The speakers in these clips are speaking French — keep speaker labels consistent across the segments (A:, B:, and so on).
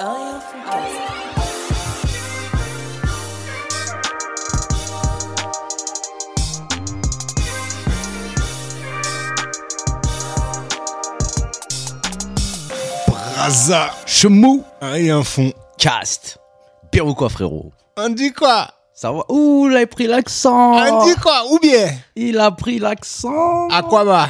A: Ariel from Gaza.
B: Braza, Chemou, rien fond.
C: Cast. Bien ou quoi, frérot
B: On dit quoi
C: Ça va Ouh, il a pris l'accent
B: On dit quoi Ou bien
C: Il a pris l'accent
B: À quoi va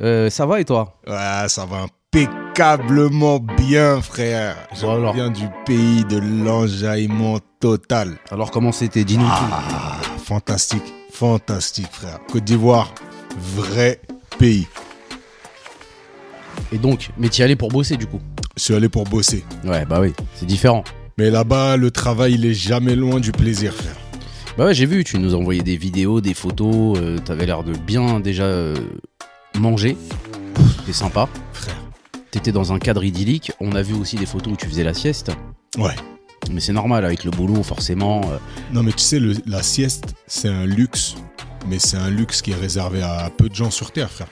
C: Euh, ça va et toi
B: Ouais, ça va impeccablement bien, frère. Je
C: Voilà.
B: viens du pays de l'enjaillement total.
C: Alors, comment c'était Dis-nous tout.
B: Ah, fantastique, fantastique, frère. Côte d'Ivoire, vrai pays.
C: Et donc, mais t'y allais pour bosser, du coup
B: Je suis allé pour bosser.
C: Ouais, bah oui, c'est différent.
B: Mais là-bas, le travail, il est jamais loin du plaisir, frère.
C: Bah ouais, j'ai vu, tu nous envoyais des vidéos, des photos, euh, t'avais l'air de bien déjà euh, manger. C'était sympa.
B: Frère.
C: T'étais dans un cadre idyllique. On a vu aussi des photos où tu faisais la sieste.
B: Ouais.
C: Mais c'est normal, avec le boulot, forcément. euh,
B: Non, mais tu sais, le- la sieste, c'est un luxe, mais c'est un luxe qui est réservé à peu de gens sur Terre, frère.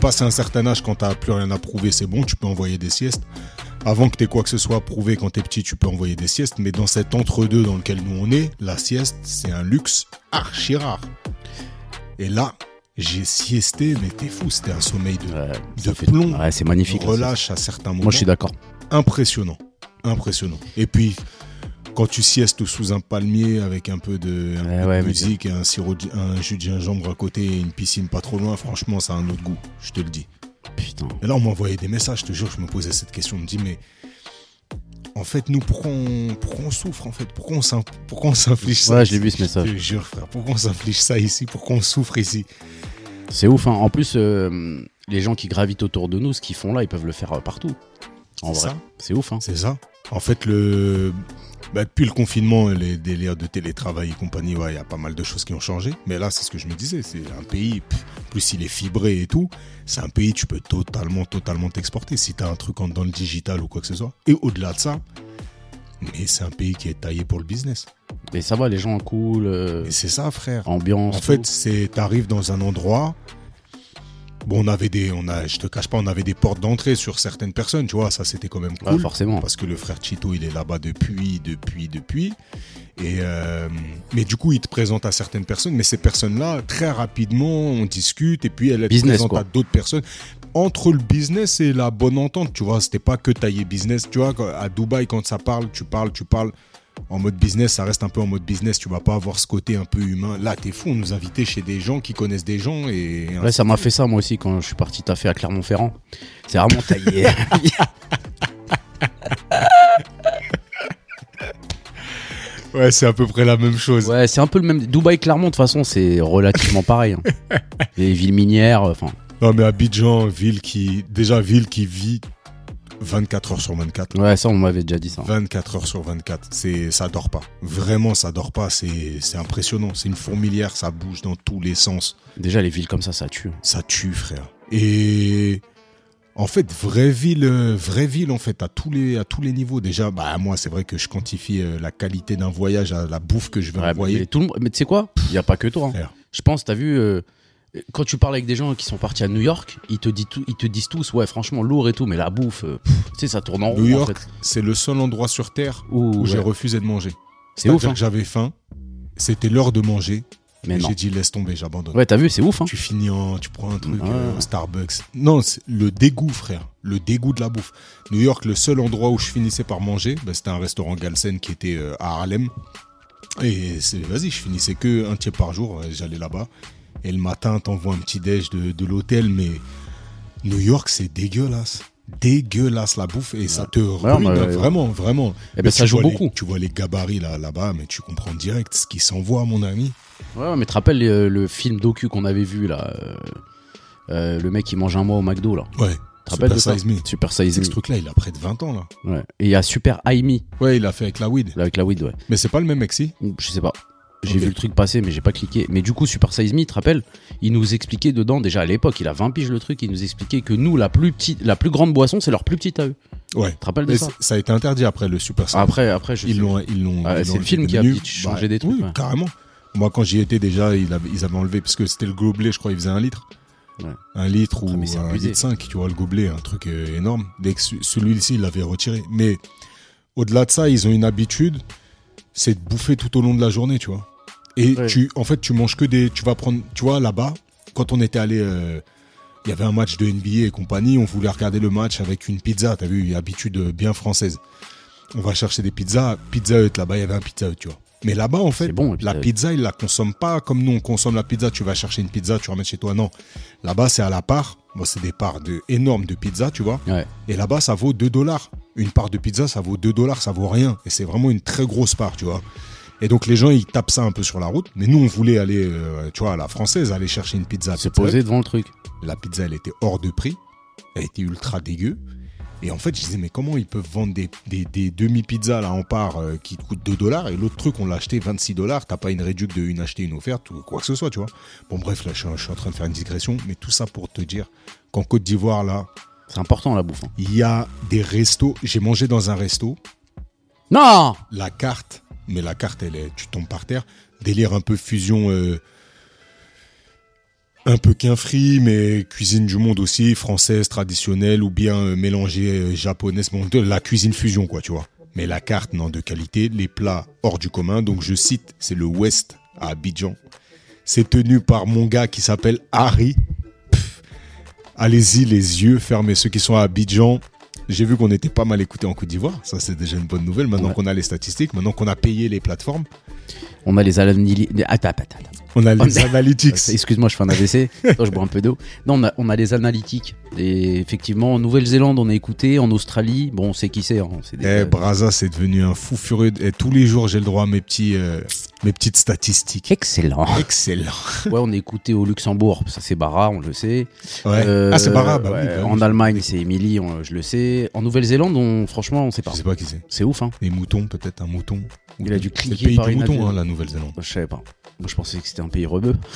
B: Passer un certain âge, quand t'as plus rien à prouver, c'est bon, tu peux envoyer des siestes. Avant que t'aies quoi que ce soit à prouver quand t'es petit, tu peux envoyer des siestes, mais dans cet entre-deux dans lequel nous on est, la sieste, c'est un luxe archi rare. Et là, j'ai siesté, mais t'es fou, c'était un sommeil de,
C: ouais,
B: de
C: euh, ça fait-
B: plomb,
C: Ouais, c'est magnifique. la sieste.
B: relâche à certains moments
C: Moi, je suis d'accord.
B: impressionnant. Impressionnant. Et puis, quand tu siestes sous un palmier avec un peu de, un
C: Eh Ouais,
B: peu de
C: ouais, mais
B: musique, et un, sirop de- un jus de gingembre à côté et une piscine pas trop loin, franchement, ça a un autre goût, je te le dis.
C: Putain.
B: Et là, on m'envoyait des messages, je te jure, je me posais cette question. Je me dis, mais en fait, nous, pourquoi on, pourquoi on souffre, en fait Pourquoi on s'in- pourquoi on s'inflige ça
C: Ouais, je l'ai vu, ce
B: ici
C: message.
B: Je te jure, frère, pourquoi on s'inflige ça ici Pourquoi on souffre ici
C: C'est ouf. hein. En plus, euh, les gens qui gravitent autour de nous, ce qu'ils font là, ils peuvent le faire euh, partout. En
B: C'est
C: vrai,
B: ça.
C: c'est ouf. Hein.
B: C'est ça. En fait, le... bah, depuis le confinement, les délires de télétravail et compagnie, ouais, il y a pas mal de choses qui ont changé. Mais là, c'est ce que je me disais, c'est un pays, pff, plus il est fibré et tout, c'est un pays, tu peux totalement, totalement t'exporter si tu as un truc en- dans le digital ou quoi que ce soit. Et au-delà de ça, mais c'est un pays qui est taillé pour le business.
C: Mais ça va, les gens cool, euh,
B: Et c'est ça, frère.
C: ambiance.
B: En
C: tout.
B: fait, c'est t'arrives dans un endroit. Bon, on avait des, on a, je te cache pas, on avait des portes d'entrée sur certaines personnes, tu vois, ça c'était quand même
C: Ouais,
B: cool.
C: forcément.
B: Parce que le frère Chito, il est là-bas depuis, depuis, depuis. Et euh, mais du coup, il te présente à certaines personnes, mais ces personnes-là, très rapidement, on discute et puis elle elle te
C: Business,
B: présente
C: quoi.
B: à d'autres personnes. Entre le business et la bonne entente, tu vois, c'était pas que tailler business. Tu vois, quand- à Dubaï, quand ça parle, tu parles, tu parles. En mode business, ça reste un peu en mode business. Tu vas pas avoir ce côté un peu humain. Là, t'es fou. On nous invitait chez des gens qui connaissent des gens et.
C: Ouais, ça m'a fait ça moi aussi quand je suis parti taffer à Clermont-Ferrand. C'est vraiment taillé.
B: Ouais, c'est à peu près la même chose.
C: ouais, c'est un peu le même. Dubaï-Clermont, de toute façon, c'est relativement pareil. hein. Les villes minières, euh, enfin.
B: Non, mais Abidjan, ville qui. Déjà, ville qui vit 24 heures sur 24.
C: ouais, ça, on m'avait déjà dit ça. hein.
B: 24 heures sur 24. C'est, ça dort pas. Vraiment, ça dort pas. C'est, c'est impressionnant. C'est une fourmilière. Ça bouge dans tous les sens.
C: Déjà, les villes comme ça, ça tue. hein.
B: Ça tue, frère. Et. En fait, vraie ville, euh, vraie ville, en fait, à tous les, à tous les niveaux. Déjà, bah, moi, c'est vrai que je quantifie euh, la qualité d'un voyage à la bouffe que je vais
C: Ouais,
B: envoyer.
C: mais, tout le monde- mais tu sais quoi Il n'y a pas que toi. hein.
B: Frère.
C: Je pense, t'as vu, euh, quand tu parles avec des gens qui sont partis à New York, ils te, disent tout- ils te disent tous, ouais, franchement, lourd et tout, mais la bouffe, euh, pff, tu sais, ça tourne en rond.
B: New
C: en
B: York,
C: fait.
B: c'est le seul endroit sur Terre
C: Ouh,
B: où j'ai
C: ouais.
B: refusé de manger.
C: C'est ouf,
B: C'est-à-dire
C: hein.
B: que J'avais faim. C'était l'heure de manger.
C: Mais
B: Et
C: non.
B: J'ai dit laisse tomber, j'abandonne.
C: Ouais, t'as vu, c'est ouf, hein.
B: Tu finis en, tu prends un truc
C: Ouais.
B: euh, au Starbucks. Non, c'est le dégoût, frère. Le dégoût de la bouffe. New York, le seul endroit où je finissais par manger, bah, c'était un restaurant Galsen qui était euh, à Harlem. Et c'est- vas-y, je finissais que un tiers par jour. euh, J'allais là-bas. Et le matin, t'envoies un petit déj de, de l'hôtel, mais New York, c'est dégueulasse. Dégueulasse la bouffe et ça te ruine,
C: bah,
B: hein,
C: ouais.
B: vraiment, vraiment.
C: Eh ben,
B: Mais
C: ça
B: tu
C: joue
B: vois les-
C: beaucoup.
B: tu vois les gabarits là- là-bas, mais tu comprends direct ce qui s'envoie, mon ami.
C: Ouais, ouais, mais te rappelles euh, le film docu qu'on avait vu, là euh, euh, Le mec qui mange un mois au McDo, là.
B: Ouais.
C: Te rappelles de ça
B: Super Size Me.
C: Super Size
B: C'est
C: Me.
B: ce truc-là, il a près de 20 ans, là.
C: Ouais. Et il y a Super High Me,
B: Ouais, il a fait avec la weed.
C: là, avec la weed, ouais.
B: Mais c'est pas le même mec, si
C: Ou Je sais pas. J'ai
B: Ok.
C: vu le truc passer, mais j'ai pas cliqué. Mais du coup, Super Size Me, tu te rappelles Il nous expliquait dedans, déjà à l'époque, il a 20 piges le truc, il nous expliquait que nous, la plus, petite, la plus grande boisson, c'est leur plus petite à eux.
B: Ouais.
C: Tu te rappelles de
B: Mais
C: ça
B: c- ça a été interdit après le Super Size.
C: Après, après, je
B: ils
C: sais.
B: l'ont, ils l'ont.
C: Ah,
B: ils
C: c'est
B: l'ont
C: le film qui a
B: enlevé des
C: pu
B: menus.
C: changer des trucs,
B: Oui,
C: ouais.
B: carrément. Moi, quand j'y étais déjà, il avait- ils avaient enlevé, parce que c'était le gobelet, je crois, ils faisaient un litre.
C: Ouais.
B: Un litre
C: Ah,
B: ou
C: mais c'est
B: un
C: abusé.
B: litre 5, tu vois, le gobelet, un truc euh, énorme. Dès que ce- celui-ci, il l'avait retiré. Mais Au-delà de ça, ils ont une habitude, c'est de bouffer tout au long de la journée, tu vois. Et
C: Ouais.
B: tu, en fait, tu manges que des. Tu vas prendre. Tu vois, là-bas, quand on était allé. euh, il y avait un match de NBA et compagnie, on voulait regarder le match avec une pizza, t'as vu, habitude euh, bien française. On va chercher des pizzas, Pizza Hut, là-bas, il y avait un Pizza Hut, tu vois. Mais là-bas, en fait,
C: C'est bon, le
B: la
C: Pizza Hut.
B: pizza, ils la consomment pas comme nous, on consomme la pizza, tu vas chercher une pizza, tu remets chez toi, non. Là-bas, c'est à la part, bon, c'est des parts de, énormes de pizza, tu vois.
C: Ouais.
B: Et là-bas, ça vaut 2 dollars. Une part de pizza, ça vaut 2 dollars, ça vaut rien. Et c'est vraiment une très grosse part, tu vois. Et donc, les gens, ils tapent ça un peu sur la route. Mais nous, on voulait aller, euh, tu vois, à la française, aller chercher une pizza. Pizza
C: Se
B: Hut.
C: poser devant le truc.
B: La pizza, elle était hors de prix. Elle était ultra dégueu. Et en fait, je disais, mais comment ils peuvent vendre des, des- des demi-pizzas là en part euh, qui coûtent 2 dollars et l'autre truc, on l'a acheté 26 dollars. T'as pas une réduction de une achetée, une offerte ou quoi que ce soit, tu vois. Bon, bref, là, je suis, je suis en train de faire une digression. Mais tout ça pour te dire qu'en Côte d'Ivoire, là,
C: C'est important la bouffe. hein.
B: il y a des restos. J'ai mangé dans un resto.
C: Non
B: La carte, mais la carte, elle est, tu tombes par terre. Délire un peu fusion, euh, un peu quinfri, mais cuisine du monde aussi, française, traditionnelle, ou bien euh, mélangée euh, japonaise, bon, de la cuisine fusion, quoi, tu vois. Mais la carte, non, de qualité, les plats hors du commun. Donc, je cite, c'est le West à Abidjan. C'est tenu par mon gars qui s'appelle Harry. Pff, Allez-y, les yeux fermés. Ceux qui sont à Abidjan, j'ai vu qu'on était pas mal écoutés en Côte d'Ivoire. Ça, c'est déjà une bonne nouvelle. Maintenant
C: Ouais.
B: qu'on a les statistiques, maintenant qu'on a payé les plateformes,
C: On a les analytics. Attends, attends, attends.
B: on a
C: On
B: les
C: a-
B: analytics.
C: Excuse-moi, je fais un AVC. Attends, je bois un peu d'eau. Non, on a, on a les analytiques. Et effectivement, en Nouvelle-Zélande, on est écouté. En Australie, bon, on sait qui c'est. hein. C'est des-
B: Eh, Braza, c'est devenu un fou furieux. Et tous les jours, j'ai le droit à mes, petits, euh, mes petites statistiques.
C: Excellent.
B: Excellent.
C: Ouais, on est écouté au Luxembourg. Ça, c'est Barra, on le sait.
B: Ouais.
C: Euh,
B: ah, c'est Barra, bah
C: ouais,
B: oui. bah oui.
C: En Allemagne, c'est Émilie, on- je le sais. En Nouvelle-Zélande, on, franchement, on sait pas.
B: Je sais pas qui c'est.
C: C'est ouf, hein.
B: Les moutons, peut-être un mouton.
C: Il a dû
B: C'est le
C: cliquer
B: pays
C: par
B: du
C: une
B: mouton,
C: avion.
B: hein, la Nouvelle-Zélande.
C: Je savais pas. Moi, je pensais que c'était un pays rebeu.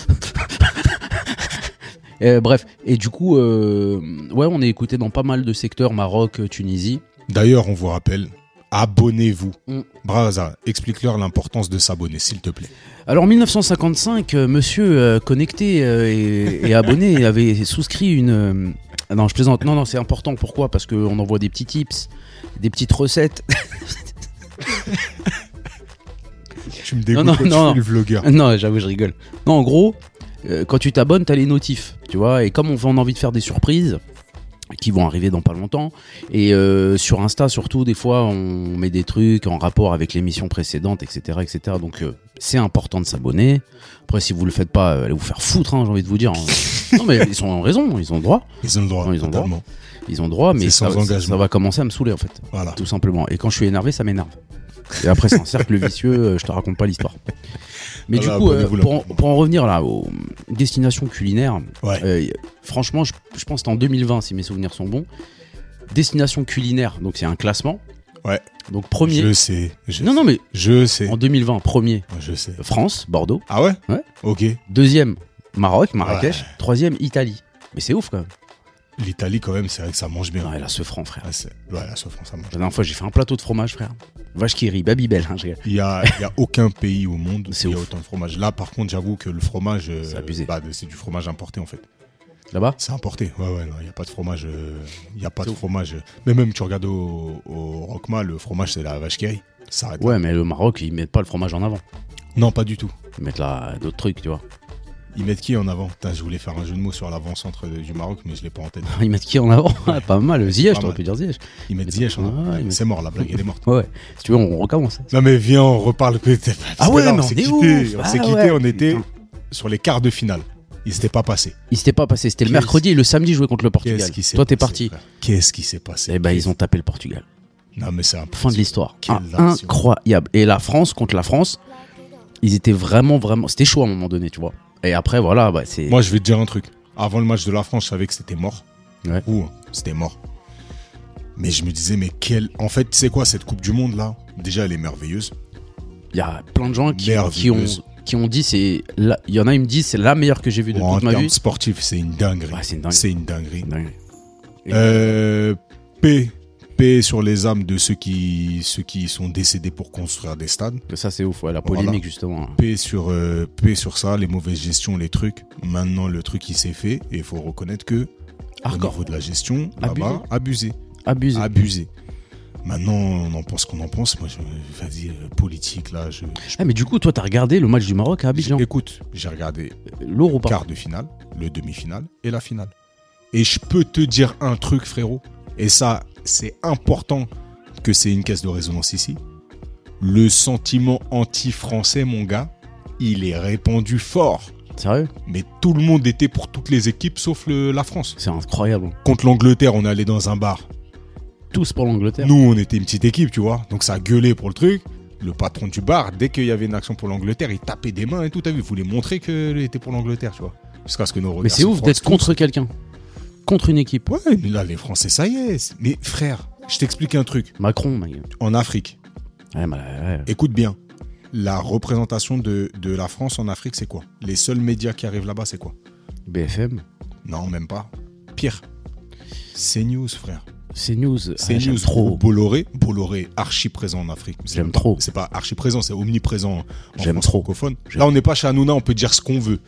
C: Euh, bref, et du coup, euh, ouais, on est écouté dans pas mal de secteurs, Maroc, Tunisie.
B: D'ailleurs, on vous rappelle, abonnez-vous.
C: Mm.
B: Braza, explique-leur l'importance de s'abonner, s'il te plaît.
C: Alors 1955, euh, monsieur euh, connecté euh, et, et abonné avait souscrit une... euh, ah non, je plaisante. Non, non, c'est important. Pourquoi Parce qu'on envoie des petits tips, des petites recettes.
B: Tu me dégoûtes
C: Non, non,
B: quand tu
C: non.
B: fais le vlogueur.
C: non, j'avoue, je rigole. Non, en gros, euh, quand tu t'abonnes, t'as les notifs, tu vois. Et comme on on a envie de faire des surprises qui vont arriver dans pas longtemps, et euh, sur Insta surtout, des fois, on met des trucs en rapport avec l'émission précédente, etc., etc. Donc, euh, c'est important de s'abonner. Après, si vous le faites pas, euh, allez vous faire foutre, hein, j'ai envie de vous dire. hein. non, mais ils sont en raison, ils ont droit,
B: Ils ont le droit,
C: Non, ils ont le droit.
B: totalement.
C: ils ont droit, mais
B: C'est
C: ça,
B: sans engagement.
C: ça va commencer à me saouler en fait,
B: Voilà.
C: tout simplement. Et quand je suis énervé, ça m'énerve. Et après, c'est un cercle vicieux, euh, je te raconte pas l'histoire. Mais
B: Ah
C: du
B: là,
C: coup, euh,
B: abonnez-vous là.
C: pour, en, pour en revenir là aux destinations culinaires,
B: Ouais.
C: euh, y- franchement, je, je pense que c'était en 2020, si mes souvenirs sont bons. Destination culinaire, donc c'est un classement.
B: Ouais.
C: Donc premier.
B: Je sais. Je,
C: Non, non, mais
B: je sais.
C: en 2020, premier,
B: Je sais.
C: France, Bordeaux.
B: Ah ouais
C: Ouais.
B: Ok.
C: Deuxième, Maroc, Marrakech. Troisième, Italie. Mais c'est ouf quand même.
B: L'Italie, quand même, c'est vrai que ça mange bien.
C: Non, elle a ce franc, frère.
B: Ouais, c'est- ouais, la souffrance, ça mange.
C: La dernière fois, j'ai fait un plateau de fromage, frère. Vache qui rit, Babybel. Hein, je rigole.
B: Il n'y a, il y a aucun pays au monde où
C: C'est
B: il y a
C: ouf.
B: autant de fromage. Là, par contre, j'avoue que le fromage, euh,
C: C'est abusé.
B: bah, c'est du fromage importé en fait.
C: Là-bas
B: C'est importé. Ouais, ouais, non, il n'y a pas de fromage. euh, Il y a pas
C: C'est
B: de
C: ouf.
B: fromage. euh. Mais même, tu regardes au, au Rockma, le fromage, c'est la vache qui rit. Ça arrête.
C: Ouais, mais le Maroc, ils mettent pas le fromage en avant.
B: Non, pas du tout.
C: Ils mettent là d'autres trucs, tu vois.
B: Ils mettent qui en avant Putain, Je voulais faire un jeu de mots sur l'avant-centre de- euh, du Maroc, mais je l'ai pas en tête.
C: Ils mettent qui en avant Ah, Pas mal. Ziyech,
B: Pas
C: t'aurais
B: mal.
C: pu dire Ziyech.
B: Ils mettent
C: Mais-
B: Ziyech en avant.
C: Ah,
B: Ouais,
C: ils
B: mais
C: mettent-
B: C'est mort, la blague, elle est morte.
C: Ouais, ouais. Si tu veux, on recommence.
B: Non, mais viens, on reparle. que- parce
C: Ah
B: que
C: ouais,
B: là,
C: mais
B: on
C: on
B: s'est
C: est
B: quitté.
C: ouf.
B: On
C: Ah
B: s'est
C: ouais.
B: quitté, on était
C: Putain.
B: sur les quarts de finale. Ils s'étaient pas passés.
C: Ils s'étaient pas passés. C'était le
B: Qu'est-ce-
C: mercredi et le samedi jouer contre le Portugal.
B: Qu'est-ce qui s'est
C: Toi, t'es
B: passé,
C: parti.
B: frère Qu'est-ce qui s'est passé
C: Eh ben, ils ont tapé le Portugal.
B: Non, mais c'est un
C: Fin de l'histoire.
B: Quelle
C: Ah,
B: nation.
C: Incroyable. Et la France contre la France, ils étaient vraiment, vraiment. C'était chaud à un moment donné, tu vois. Et après, voilà, bah, c'est.
B: Moi, je vais te dire un truc. Avant le match de la France, je savais que c'était mort.
C: Ouais.
B: Ou hein, c'était mort. Mais je me disais, mais quel. En fait, tu sais quoi, cette Coupe du Monde là Déjà, elle est merveilleuse.
C: Il y a plein de gens qui,
B: Merde,
C: qui ont,
B: Zeus.
C: qui ont dit, c'est. la- Il y en a, ils me disent, c'est la meilleure que j'ai vue de
B: Bon, en
C: toute ma
B: termes
C: vie.
B: sportifs, c'est une dinguerie.
C: Ouais, c'est une dingue.
B: c'est une dinguerie.
C: une dingue. Et-
B: Euh, paix. Paix sur les âmes de ceux qui, ceux qui sont décédés pour construire des stades.
C: Ça, c'est ouf, ouais, la
B: Voilà.
C: polémique, justement.
B: Paix sur, euh, paix sur ça, les mauvaises gestions, les trucs. Maintenant, le truc, il s'est fait. Et il faut reconnaître que, au
C: Hardcore.
B: niveau de la gestion, là-bas, abusé.
C: Abusé.
B: abusé. Maintenant, on en pense qu'on en pense. Moi, je, vas-y, euh, politique, là. Je, je-
C: Ah, mais du coup, toi, t'as regardé le match du Maroc à Abidjan.
B: Écoute, j'ai regardé
C: bah, Lourd ou pas
B: quart de finale, le demi-finale et la finale. Et je peux te dire un truc, frérot, et ça, c'est important que c'est une caisse de résonance ici. Le sentiment anti-français, mon gars, il est répandu fort.
C: Sérieux
B: Mais tout le monde était pour toutes les équipes sauf le- la France.
C: C'est incroyable. hein.
B: Contre l'Angleterre, on est allé dans un bar.
C: Tous pour l'Angleterre.
B: Nous, on était une petite équipe, tu vois. Donc ça a gueulé pour le truc. Le patron du bar, dès qu'il y avait une action pour l'Angleterre, il tapait des mains et tout. T'as vu, il voulait montrer qu'il était pour l'Angleterre, tu vois. Jusqu'à ce que nos regards
C: Mais c'est
B: se
C: ouf
B: frottent
C: d'être contre quelqu'un. Contre une équipe.
B: Ouais, mais là, les Français, ça y est. c'est- Mais frère, je t'explique un truc.
C: Macron, ma gueule.
B: En Afrique,
C: Ouais, bah, ouais.
B: écoute bien. La représentation de, de la France en Afrique, c'est quoi Les seuls médias qui arrivent là-bas, c'est quoi
C: BFM,
B: Non, même pas. Pire. CNews, frère.
C: CNews. Ah,
B: CNews,
C: j'aime trop.
B: Bolloré. Bolloré, archi présent en Afrique. C'est-
C: J'aime trop.
B: C'est pas archi présent, c'est omniprésent en
C: J'aime
B: France
C: trop.
B: francophone.
C: J'aime.
B: Là, on n'est pas chez Hanouna, on peut dire ce qu'on veut.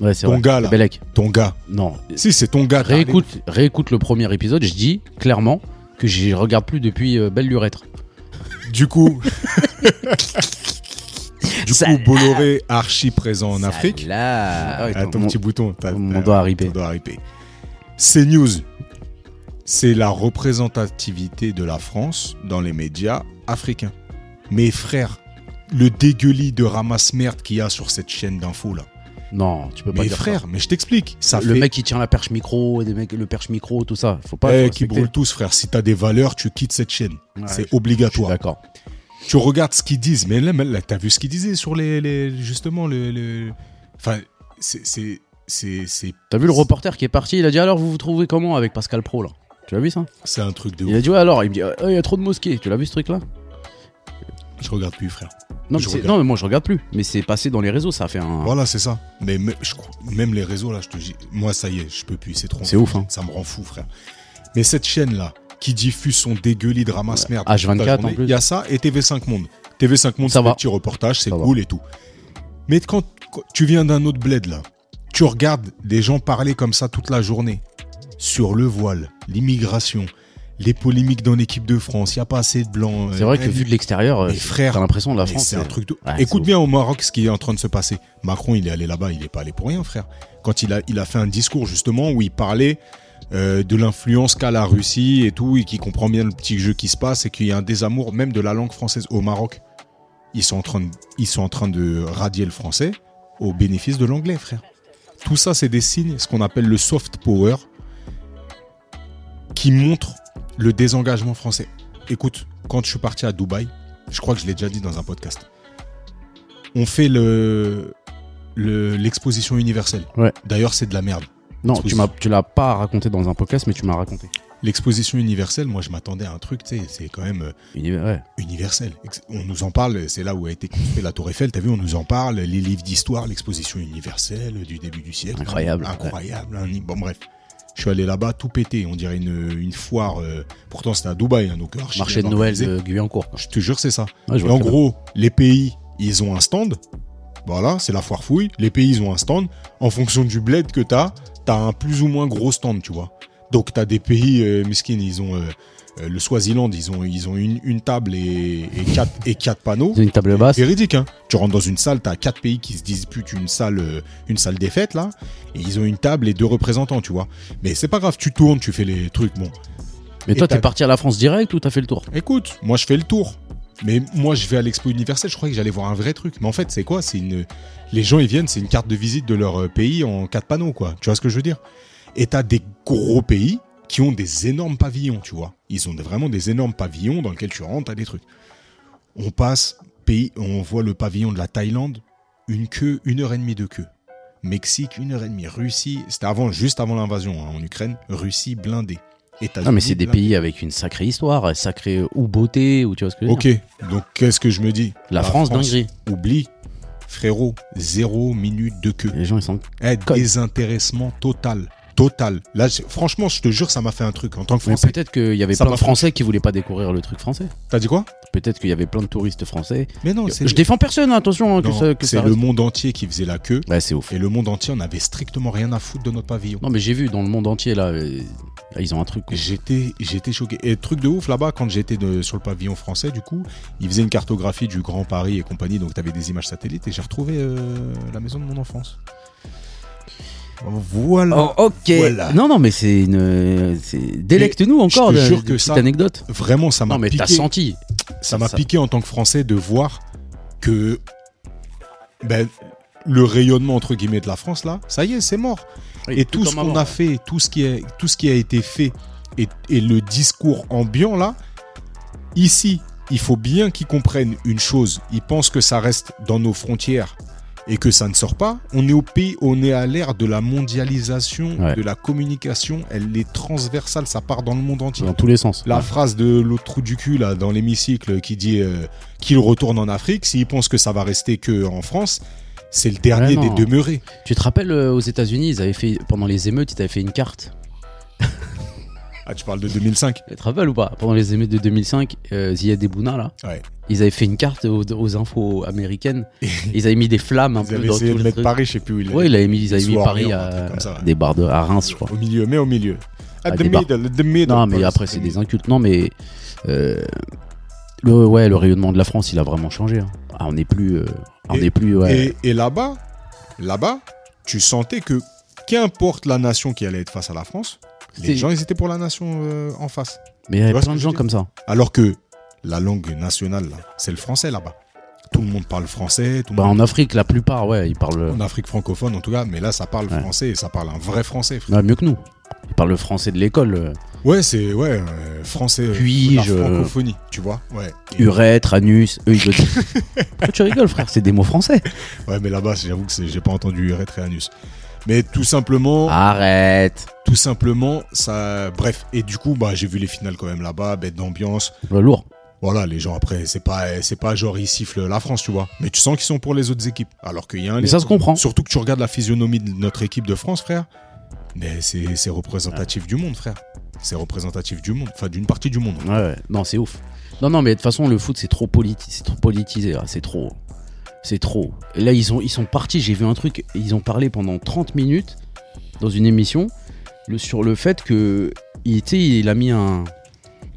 C: Ouais, c'est
B: Ton
C: vrai.
B: gars, là.
C: Belek.
B: Ton gars.
C: Non.
B: Si, c'est ton gars. t'as
C: Réécoute, réécoute le premier épisode. Je dis clairement que je regarde plus depuis euh, Belle Lurette.
B: regardé. Du coup. du
C: Ça-
B: coup, Bolloré, archi présent en Afrique.
C: Là.
B: Ah, ton petit bouton. t'as-
C: mon
B: t'as-
C: doigt a ripé.
B: ton doigt a ripé. CNews, c'est la représentativité de la France dans les médias africains. Mais frère, le dégueulis de ramasse merde qu'il y a sur cette chaîne d'infos là.
C: Non, tu peux pas
B: Mais
C: dire ça.
B: frère, mais je t'explique. Ça
C: le
B: fait
C: mec qui tient la perche micro, des mecs, le perche micro, tout ça. Faut pas.
B: Eh,
C: faut
B: qui
C: respecter.
B: brûle tous, frère. Si t'as des valeurs, tu quittes cette chaîne.
C: Ouais, je-
B: c'est
C: Je suis
B: obligatoire.
C: D'accord.
B: Tu regardes ce qu'ils disent, mais là, mais là, t'as vu ce qu'ils disaient sur les, les- justement le, le- enfin, c'est c'est c'est c'est
C: T'as vu le reporter qui est parti Il a dit alors vous vous trouvez comment avec Pascal Pro là Tu l'as vu ça
B: c'est un truc de
C: Il
B: ouf.
C: a dit ouais, alors il me dit Ah, il y a trop de mosquées. Tu l'as vu ce truc là
B: Je regarde plus, frère.
C: non,
B: Je
C: mais c'est-
B: regarde.
C: non mais moi je regarde plus. Mais c'est passé dans les réseaux, ça a fait un.
B: Voilà, c'est ça. Mais me- je crois- même les réseaux, là, je te dis, moi, ça y est, je peux plus, c'est trop.
C: C'est ouf, hein.
B: Ça me rend fou, frère. Mais cette chaîne-là, qui diffuse son dégueulis de ramasse merde.
C: Ouais, H24
B: toute la journée,
C: en plus.
B: Il y a ça et TV5 Monde. TV5 Monde,
C: Ça
B: c'est
C: va.
B: des petits reportages, c'est
C: Ça va.
B: cool et tout. Mais quand, quand tu viens d'un autre bled, là, tu regardes des gens parler comme ça toute la journée sur le voile, l'immigration, les polémiques dans l'équipe de France, il n'y a pas assez de blancs.
C: C'est
B: euh,
C: vrai que vu de l'extérieur, euh,
B: Mais frère,
C: t'as l'impression de la
B: mais
C: France.
B: c'est un truc de...
C: Ouais, c'est
B: Écoute
C: ouf.
B: bien au Maroc ce qui est en train de se passer. Macron, il est allé là-bas, il n'est pas allé pour rien, frère. Quand il a, il a fait un discours justement où il parlait euh, de l'influence qu'a la Russie et tout, et qui comprend bien le petit jeu qui se passe, et qu'il y a un désamour même de la langue française au Maroc. Ils sont en train de, ils sont en train de radier le français au bénéfice de l'anglais, frère. Tout ça, c'est des signes, ce qu'on appelle le soft power, qui montre le désengagement français. Écoute, quand je suis parti à Dubaï, je crois que je l'ai déjà dit dans un podcast. On fait le le- l'exposition universelle.
C: Ouais.
B: D'ailleurs, c'est de la merde.
C: Non,
B: Parce
C: tu
B: que-
C: m'as, tu l'as pas raconté dans un podcast, mais tu m'as raconté.
B: L'exposition universelle, moi, je m'attendais à un truc, tu sais, c'est quand même euh,
C: Il- ouais.
B: universel. Ex- On nous en parle, c'est là où a été construite la Tour Eiffel, t'as vu, on nous en parle, les livres d'histoire, l'exposition universelle du début du siècle.
C: Incroyable.
B: Incroyable. hein, Bon, bref. Je suis allé là-bas, tout pété, on dirait une, une foire. euh, pourtant, c'était à Dubaï, hein, donc archi
C: Marché de
B: bien
C: Noël euh.
B: organisé.
C: de Guyancourt. quoi.
B: Je te jure, c'est ça.
C: Ouais, je
B: Et
C: vois
B: en
C: très
B: gros, les pays, ils ont un stand. Voilà, c'est la foire fouille. Les pays, ils ont un stand. En fonction du bled que t'as, t'as un plus ou moins gros stand, tu vois. Donc t'as des pays, euh, miskines, ils ont euh, euh, le Swaziland, ils ont, ils ont une, une table et, et, quatre, et quatre panneaux.
C: bien. Ils ont une table basse.
B: Véridique, hein. Tu rentres dans une salle, t'as quatre pays qui se disputent une salle, euh, une salle des fêtes, là. Et ils ont une table et deux représentants, tu vois. Mais c'est pas grave, tu tournes, tu fais les trucs, bon.
C: Mais toi,
B: Et t'as-
C: t'es parti à la France direct ou t'as fait le tour
B: Écoute, moi je fais le tour. Mais moi je vais à l'expo universelle, je croyais que j'allais voir un vrai truc. Mais en fait, c'est quoi C'est une les gens ils viennent, c'est une carte de visite de leur euh, pays en quatre panneaux quoi. Tu vois ce que je veux dire Et t'as des gros pays qui ont des énormes pavillons, tu vois. Ils ont des- vraiment des énormes pavillons dans lesquels tu rentres, t'as des trucs. On passe pays, on voit le pavillon de la Thaïlande, une queue, une heure et demie de queue. Mexique, une heure et demie. Russie, c'était avant, juste avant l'invasion hein, en Ukraine. Russie blindée. États-Unis.
C: Non, mais c'est des
B: blindés.
C: pays avec une sacrée histoire, sacrée ou beauté, ou tu vois ce que je veux
B: Ok, donc qu'est-ce que je me dis
C: dire. La France, dinguerie.
B: Oublie, frérot, zéro minute de queue.
C: Les gens, ils sont.
B: Eh,
C: Code.
B: désintéressement total. Total. Là, j'ai- franchement, je te jure, ça m'a fait un truc en tant que
C: Mais
B: Français.
C: peut-être qu'il y avait
B: Ça
C: plein
B: m'a
C: de
B: fait-
C: Français qui voulaient pas découvrir le truc français.
B: T'as dit quoi
C: Peut-être qu'il y avait plein de touristes français.
B: Mais non, Oh, c'est
C: Je défends personne, hein, attention, hein, que
B: non,
C: ça, que
B: c'est
C: ça
B: le
C: reste-
B: monde entier qui faisait la queue.
C: Ouais, c'est ouf.
B: Et le monde entier en avait strictement rien à foutre de notre pavillon.
C: Non, mais j'ai vu dans le monde entier, là, euh, là, ils ont un truc. quoi.
B: J'étais, j'étais choqué. Et truc de ouf là-bas, quand j'étais de- sur le pavillon français, du coup, ils faisaient une cartographie du Grand Paris et compagnie, donc t'avais des images satellites et j'ai retrouvé euh, la maison de mon enfance. Voilà.
C: Oh, ok.
B: Voilà.
C: Non, non, mais c'est une. euh, c'est- Délecte-nous encore
B: je te
C: de,
B: jure
C: de
B: que
C: petite
B: ça-
C: anecdote.
B: Vraiment, ça m'a
C: Non, mais
B: piqué.
C: t'as senti.
B: ça m'a
C: ça.
B: piqué en tant que Français de voir que ben, le rayonnement entre guillemets de la France là, ça y est, c'est mort. et tout ce qu'on a fait, tout ce qui est, tout ce qui a été fait, et, et le discours ambiant là, ici, il faut bien qu'ils comprennent une chose. Ils pensent que ça reste dans nos frontières et que ça ne sort pas. On est au pays, on est à l'ère de la mondialisation,
C: Ouais.
B: de la communication. Elle est transversale, ça part dans le monde entier.
C: Dans tous les sens.
B: La phrase de l'autre trou du cul là dans l'hémicycle qui dit euh, qu'il retourne en Afrique, s'il pense que ça va rester que en France, c'est le dernier
C: non.
B: des demeurés.
C: Tu te rappelles euh, aux États-Unis, ils avaient fait pendant les émeutes, ils avaient fait une carte.
B: Ah, tu parles de 2005
C: Tu te rappelles ou pas Pendant les émeutes de 2005, euh, Ziad Ebouna là,
B: Ouais.
C: ils avaient fait une carte aux, aux infos américaines. ils avaient mis des flammes un
B: Ils
C: peu
B: avaient
C: dans
B: essayé de
C: tout le
B: mettre
C: truc.
B: Paris, je sais plus où il est.
C: Ouais, ils avaient mis, ils avaient
B: Sous
C: mis
B: Orléans,
C: Paris
B: un truc
C: à
B: comme ça, ouais.
C: des bars de, à Reims, je crois.
B: Au milieu, mais au milieu. At
C: Ah,
B: the
C: des bars.
B: middle, at the middle.
C: Non, mais après, c'est des incultes. Non, mais euh, le, ouais, le rayonnement de la France, il a vraiment changé. hein. Ah, on n'est plus, euh, on
B: Et-
C: n'est plus. Ouais.
B: Et, et là-bas, là-bas, tu sentais que qu'importe la nation qui allait être face à la France, les
C: C'est-
B: gens ils étaient pour la nation euh, en face.
C: mais il y
B: tu
C: avait
B: vois ce
C: plein
B: que
C: de
B: je
C: gens
B: dis
C: comme ça.
B: Alors que la langue nationale, là, c'est le français là-bas. Tout le monde parle français, tout le
C: Bah,
B: monde
C: en Afrique, la plupart, ouais, ils parlent euh,
B: en Afrique francophone en tout cas, mais là ça parle
C: Ouais.
B: français et ça parle un vrai français. frère.
C: ouais, mieux que nous. Ils parlent le français de l'école. euh,
B: Ouais, c'est ouais euh, français, euh,
C: Puis,
B: la
C: je-
B: francophonie, tu vois. Ouais. Et-
C: Urètre, anus, eux, ils le disent. Pourquoi tu rigoles, frère C'est des mots français.
B: ouais, mais là-bas, j'avoue que c'est- j'ai pas entendu urètre et anus. Mais tout simplement,
C: Ah. Arrête.
B: tout simplement, ça. Bref, et du coup, bah, j'ai vu les finales quand même là-bas, bête d'ambiance.
C: Ouais, Euh, Lourd.
B: Voilà, les gens après, c'est pas, c'est pas genre ils sifflent la France, tu vois. Mais tu sens qu'ils sont pour les autres équipes. Alors qu'il y a un.
C: Mais
B: lien.
C: ça se comprend.
B: Surtout que tu regardes la physionomie de notre équipe de France, frère. Mais c'est c'est représentatif du monde, frère. C'est représentatif du monde, enfin d'une partie du monde.
C: Ouais, ouais. Non, c'est ouf. Non, non, mais de toute façon, le foot, c'est trop, politi c'est trop politisé. là. C'est trop. C'est trop. Et là, ils, sont- ils sont partis. J'ai vu un truc. Ils ont parlé pendant 30 minutes dans une émission le- sur le fait que. Il, tu sais, il a mis un.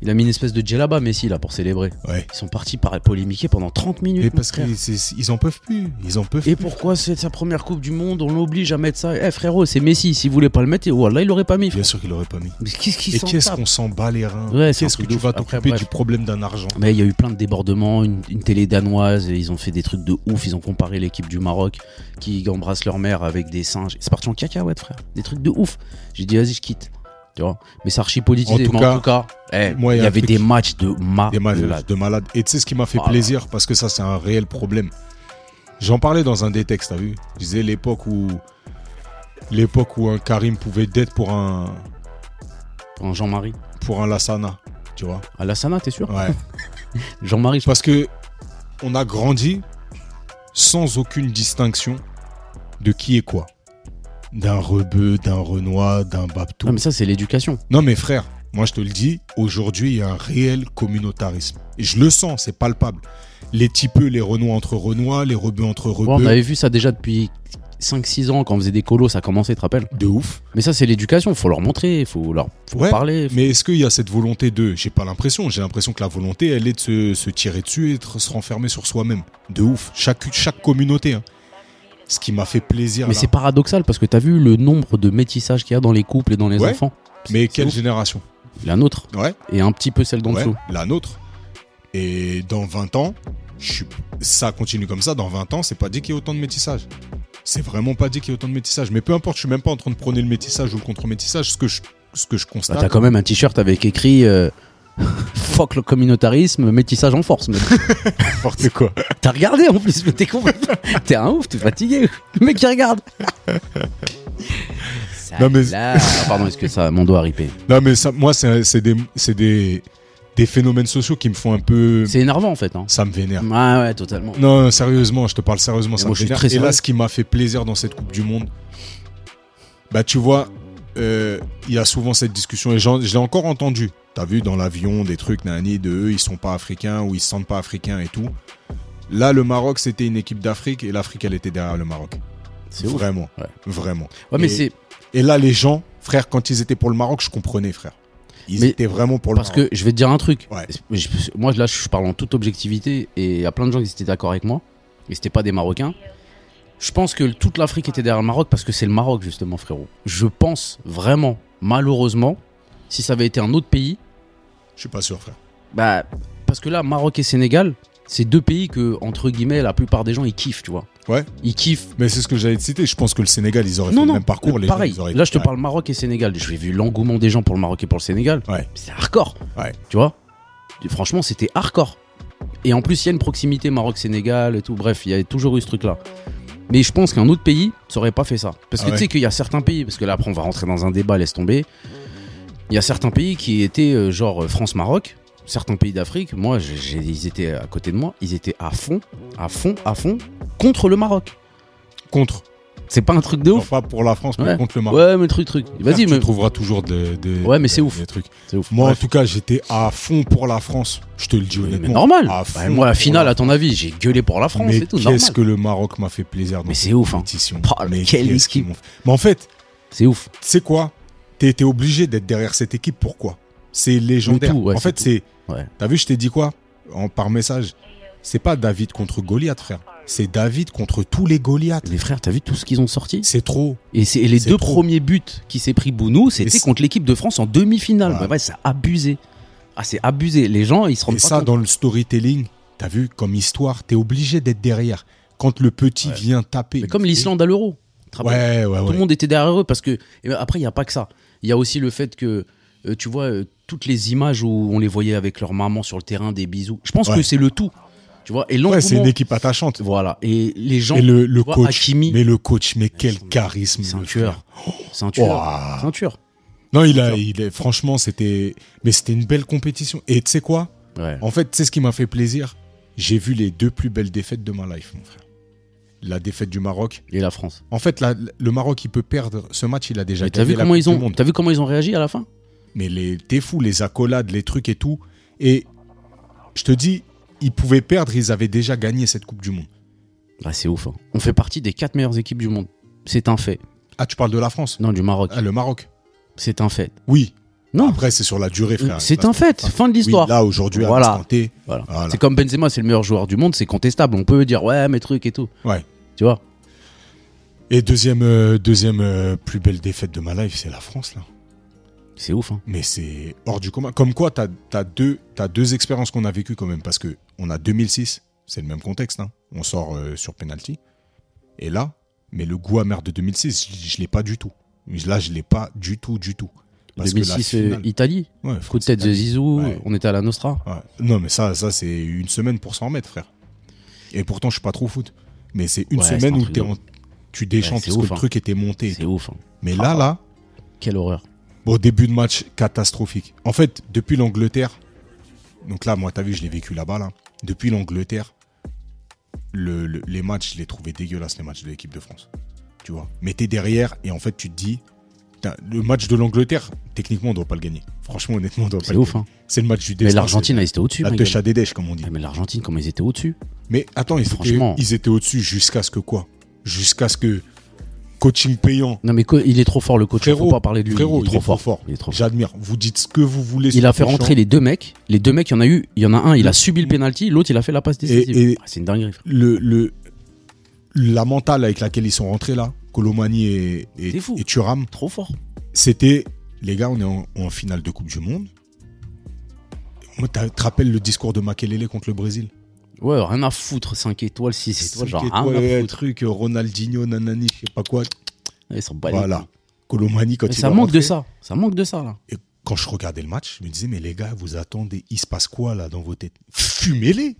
C: Il a mis une espèce de djellaba Messi là pour célébrer.
B: Ouais.
C: Ils sont partis par polémiquer pendant 30 minutes.
B: Et
C: mon
B: parce
C: frère.
B: qu'ils en peuvent plus, ils en peuvent
C: Et
B: plus.
C: pourquoi c'est sa première Coupe du Monde On l'oblige à mettre ça. Eh frérot, c'est Messi. S'il voulait pas le mettre, oh là, il l'aurait pas mis.
B: Bien sûr qu'ils l'auraient pas mis.
C: Mais qu'est-ce qui
B: Et
C: s'en
B: qu'est-ce
C: tape
B: qu'on s'en bat les reins
C: Ouais, c'est un
B: Qu'est-ce que
C: truc
B: tu
C: de
B: vas
C: ouf. Après,
B: t'occuper
C: bref.
B: du problème d'un argent
C: Mais il y a eu plein de débordements, une, une télé danoise, et ils ont fait des trucs de ouf, ils ont comparé l'équipe du Maroc qui embrasse leur mère avec des singes. C'est parti en cacahuète, frère. Des trucs de ouf. J'ai dit, vas-y, je quitte. Tu vois Mais c'est archi politisé.
B: En tout
C: mais
B: cas,
C: en tout cas, eh,
B: moi,
C: il
B: y
C: y,
B: a un
C: avait
B: truc
C: des matchs de ma.
B: des malades, de malades. Et tu sais ce qui m'a fait
C: Ah, Voilà.
B: plaisir, parce que ça, c'est un réel problème. J'en parlais dans un des textes, t'as vu Je disais l'époque où. L'époque où un Karim pouvait d'être pour un.
C: En Jean-Marie.
B: Pour un Lassana, tu vois
C: À la Sana, t'es sûr
B: Ouais.
C: Jean-Marie, je
B: Parce que. On a grandi sans aucune distinction de qui est quoi. D'un rebeu, d'un renois, d'un baptou.
C: Non, Ah, mais ça, c'est l'éducation.
B: Non mais frère, moi je te le dis, aujourd'hui il y a un réel communautarisme. Et je le sens, c'est palpable. Les typeux, les renois entre renois, les rebeux entre rebeux,
C: Ouais, on avait vu ça déjà depuis 5-6 ans quand on faisait des colos, ça commençait, tu te rappelles
B: de ouf.
C: Mais ça, c'est l'éducation. Faut leur montrer, faut leur faut
B: Ouais,
C: parler. faut-
B: Mais est-ce qu'il y a cette volonté de J'ai pas l'impression, j'ai l'impression que la volonté elle est de se, se tirer dessus et de se renfermer sur soi-même. De ouf, chaque, chaque communauté. hein. Ce qui m'a fait plaisir.
C: Mais
B: là.
C: c'est paradoxal parce que t'as vu le nombre de métissages qu'il y a dans les couples et dans les
B: Ouais.
C: enfants.
B: Mais
C: C'est
B: quelle
C: ouf.
B: génération
C: La nôtre
B: Ouais,
C: et un petit peu celle d'en
B: ouais,
C: dessous.
B: la nôtre. Et dans 20 ans, je suis- ça continue comme ça, dans 20 ans, c'est pas dit qu'il y ait autant de métissage. C'est vraiment pas dit qu'il y ait autant de métissage. Mais peu importe, je suis même pas en train de prôner le métissage ou le contre-métissage. Ce que je, ce que je
C: Bah,
B: constate.
C: t'as quand même un t-shirt avec écrit euh, Fuck le communautarisme, métissage en force. mec.
B: N'importe quoi.
C: t'as regardé en plus, mais t'es con. t'es un ouf, t'es fatigué. Le mec qui regarde. Ça,
B: Non, mais- Euh,
C: là- Ah, pardon, est-ce que ça, mon doigt a ripé
B: Non, mais ça, moi, c'est c'est des, c'est des, des phénomènes sociaux qui me font un peu.
C: C'est énervant en fait. Hein.
B: Ça me vénère.
C: Ouais, ouais, totalement.
B: Non, sérieusement, je te parle sérieusement.
C: Mais
B: Ça
C: moi,
B: me
C: je suis
B: vénère.
C: très
B: Et là,
C: sérieux.
B: ce qui m'a fait plaisir dans cette Coupe du Monde, bah, tu vois, euh, il y a souvent cette discussion et j'en- je l'ai encore entendu. T'as vu dans l'avion des trucs nani de eux, ils sont pas africains ou ils se sentent pas africains et tout. Là, le Maroc, c'était une équipe d'Afrique et l'Afrique, elle était derrière le Maroc.
C: C'est ouf.
B: Vraiment.
C: Ouais.
B: Vraiment.
C: Ouais, mais
B: Et-
C: c'est
B: Et là, les gens, frère, quand ils étaient pour le Maroc, je comprenais, frère. Ils
C: Mais
B: étaient vraiment pour le
C: parce
B: Maroc.
C: que je vais te dire un truc.
B: Ouais.
C: Je- moi, là, je parle en toute objectivité et il y a plein de gens qui étaient d'accord avec moi. Et c'était pas des Marocains. Je pense que toute l'Afrique était derrière le Maroc parce que c'est le Maroc, justement, frérot. Je pense vraiment, malheureusement, si ça avait été un autre pays,
B: Je suis pas sûr, frère.
C: bah, parce que là, Maroc et Sénégal, c'est deux pays que, entre guillemets, la plupart des gens, ils kiffent, tu vois.
B: Ouais.
C: Ils kiffent
B: Mais c'est ce que j'allais te citer. Je pense que le Sénégal, ils auraient
C: non,
B: fait
C: non,
B: le même parcours. Les gens,
C: pareil.
B: ils auraient-
C: Là, je te
B: Ouais.
C: parle Maroc et Sénégal. J'ai vu l'engouement des gens pour le Maroc et pour le Sénégal.
B: Ouais.
C: C'est hardcore.
B: Ouais.
C: Tu vois Et Franchement, c'était hardcore. Et en plus, il y a une proximité Maroc-Sénégal et tout. Bref, il y a toujours eu ce truc-là. Mais je pense qu'un autre pays n'aurait pas fait ça. Parce que
B: Ah ouais.
C: tu sais qu'il y a certains pays, parce que là, après, on va rentrer dans un débat, laisse tomber. Il y a certains pays qui étaient euh, genre euh, France-Maroc. Certains pays d'Afrique, moi, j'ai- j'ai- ils étaient à côté de moi, ils étaient à fond, à fond, à fond, contre le Maroc.
B: Contre.
C: C'est pas un truc de
B: Non,
C: ouf.
B: pas pour la France, mais
C: Ouais.
B: contre le Maroc.
C: Ouais, mais truc, truc. Vas-y,
B: tu
C: mais
B: trouveras toujours des, des-
C: Ouais, mais
B: des-
C: c'est ouf.
B: des trucs.
C: C'est ouf.
B: Moi,
C: Bref.
B: en tout cas, j'étais à fond pour la France. Je te le dis
C: Mais
B: honnêtement.
C: normal.
B: À
C: Bah,
B: fond
C: moi, la
B: pour
C: finale, à ton avis, j'ai gueulé pour la France
B: Mais
C: et tout.
B: qu'est-ce
C: Normal.
B: que le Maroc m'a fait plaisir dans
C: Mais
B: cette
C: c'est ouf, hein.
B: compétition.
C: Oh,
B: mais
C: quelle
B: qu'est-ce qu'ils
C: équipe.
B: m'ont fait. Mais en fait,
C: C'est ouf.
B: tu sais quoi T'as été obligé d'être derrière cette équipe. Pourquoi C'est légendaire.
C: tout, ouais,
B: en
C: c'est
B: fait,
C: tout.
B: c'est.
C: Ouais.
B: T'as vu, je t'ai dit quoi En- Par message. C'est pas David contre Goliath, frère. C'est David contre tous les Goliaths.
C: Les frères, t'as vu tout ce qu'ils ont sorti
B: C'est trop.
C: Et, c'est- et les
B: C'est
C: deux
B: trop.
C: premiers buts qui s'est pris Bounou, c'était
B: c'est-
C: contre l'équipe de France en demi-finale.
B: Ouais.
C: Bah ouais, c'est abusé. Ah, c'est abusé. Les gens, ils se rendent
B: Et
C: pas
B: ça,
C: compte.
B: dans le storytelling, t'as vu, comme histoire, t'es obligé d'être derrière. Quand le petit
C: Ouais.
B: vient taper.
C: Mais comme l'Islande à l'Euro. Tu te
B: Ouais,
C: rappelles
B: ouais, ouais.
C: Tout le monde était derrière eux parce que. et ben, après, il n'y a pas que ça. Il y a aussi le fait que, euh, tu vois, euh, toutes les images où on les voyait avec leur maman sur le terrain, des bisous. Je pense
B: Ouais.
C: que c'est le tout. Tu vois, et
B: Ouais, c'est
C: l'engouement-
B: une équipe attachante.
C: Voilà. Et les gens.
B: Et le, le
C: tu vois,
B: coach.
C: Hakimi.
B: mais le coach, mais quel
C: c'est-
B: charisme.
C: c'est un
B: le
C: tueur. C'est un
B: frère.
C: tueur.
B: Ouah.
C: C'est un tueur.
B: Non, il a,
C: tueur.
B: il est, franchement, c'était, mais c'était une belle compétition. Et tu sais quoi
C: Ouais.
B: En fait, tu sais ce qui m'a fait plaisir J'ai vu les deux plus belles défaites de ma life, mon frère. La défaite du Maroc.
C: Et la France.
B: En fait, la- le Maroc, il peut perdre ce match. Il a déjà
C: Mais t'as
B: gagné
C: vu
B: la
C: comment
B: Coupe
C: ils
B: du
C: ont,
B: monde.
C: t'as vu comment ils ont réagi à la fin
B: Mais les, t'es fou, les accolades, les trucs et tout. Et je te dis, ils pouvaient perdre. Ils avaient déjà gagné cette Coupe du Monde.
C: Bah, c'est ouf. hein. On fait partie des quatre meilleures équipes du monde. C'est un fait.
B: Ah, tu parles de la France
C: Non, du Maroc.
B: Ah, Le Maroc.
C: C'est un fait.
B: Oui.
C: Non. euh,
B: Après, c'est sur la durée, frère.
C: C'est
B: Là,
C: un fait. Fin de
B: Oui,
C: l'histoire.
B: là, aujourd'hui, à
C: Voilà.
B: l'instant T,
C: Voilà.
B: Voilà.
C: C'est comme Benzema, c'est le meilleur joueur du monde. C'est contestable. On peut dire ouais, mes trucs et tout.
B: Ouais.
C: Tu vois.
B: Et deuxième, euh, deuxième euh, plus belle défaite de ma life, c'est la France, là.
C: C'est ouf. hein.
B: Mais c'est hors du commun. Comme quoi, t'as as deux, t'as deux expériences qu'on a vécues quand même. Parce que on a 2006, c'est le même contexte. hein. On sort euh, sur penalty. Et là, mais le goût amer de 2006, je, je l'ai pas du tout. Là, je l'ai pas du tout, du tout. Parce que la
C: 2006, euh,
B: finale-
C: Italie.
B: Ouais,
C: Coup de tête de
B: France-Italie.
C: Zizou.
B: Ouais.
C: On était à la Nostra.
B: Ouais. Non, mais ça, ça c'est une semaine pour s'en remettre, frère. Et pourtant, je suis pas trop foot. Mais c'est une
C: Ouais, c'est
B: semaine
C: un
B: où
C: truc
B: t'es
C: de
B: en- tu déchantes
C: Ouais, c'est
B: parce
C: ouf,
B: que
C: hein.
B: le truc était monté.
C: C'est ouf. hein.
B: Mais là,
C: Ah.
B: là,
C: Quelle horreur.
B: au début de match catastrophique. En fait, depuis l'Angleterre, donc là, moi, t'as vu, je l'ai vécu là-bas, là. Depuis l'Angleterre, le- le- les matchs, je les trouvais dégueulasses, les matchs de l'équipe de France. Tu vois Mais t'es derrière et en fait, tu te dis, putain, le match de l'Angleterre, techniquement, on doit pas le gagner. Franchement, honnêtement, on doit pas
C: C'est
B: le
C: ouf.
B: gagner.
C: hein.
B: C'est le match du destin.
C: Mais l'Argentine, elle était
B: c'est
C: au-dessus.
B: La
C: ma
B: touche
C: gueule.
B: à Dédèche, comme on dit.
C: Ah, Mais l'Argentine, comment ils étaient au-dessus
B: Mais attends, ils étaient,
C: Franchement.
B: ils étaient au-dessus jusqu'à ce que quoi Jusqu'à ce que coaching payant.
C: Non mais co- il est trop fort le coach,
B: Frérot,
C: faut pas parler de lui,
B: frérot,
C: il est trop fort. Il, est trop fort.
B: J'admire. Vous dites ce que vous voulez.
C: Il
B: sur
C: a fait
B: le champ.
C: rentrer les deux mecs, les deux mecs, il y en a eu, il y en a un, il a subi le penalty, l'autre il a fait la passe décisive.
B: et-
C: Ah, c'est une dinguerie. frère.
B: le, le- la mentale avec laquelle ils sont rentrés là, Colomani et, et,
C: C'est fou.
B: et Thuram,
C: Trop fort.
B: c'était les gars, on est en, en finale de Coupe du Monde. Moi, t'as- te rappelles le discours de Makelele contre le Brésil
C: Ouais, rien à foutre, 5 étoiles, 6 étoiles, genre
B: Cinq
C: rien
B: étoiles,
C: à
B: ouais,
C: foutre.
B: truc, euh, Ronaldinho, nanani, je sais pas quoi.
C: Ils sont balés.
B: voilà. Colomani, quand
C: Mais
B: il
C: ça
B: est
C: manque
B: rentré,
C: de ça, ça manque de ça là.
B: Et quand je regardais le match, je me disais, mais les gars, vous attendez, il se passe quoi là dans vos têtes Fumez-les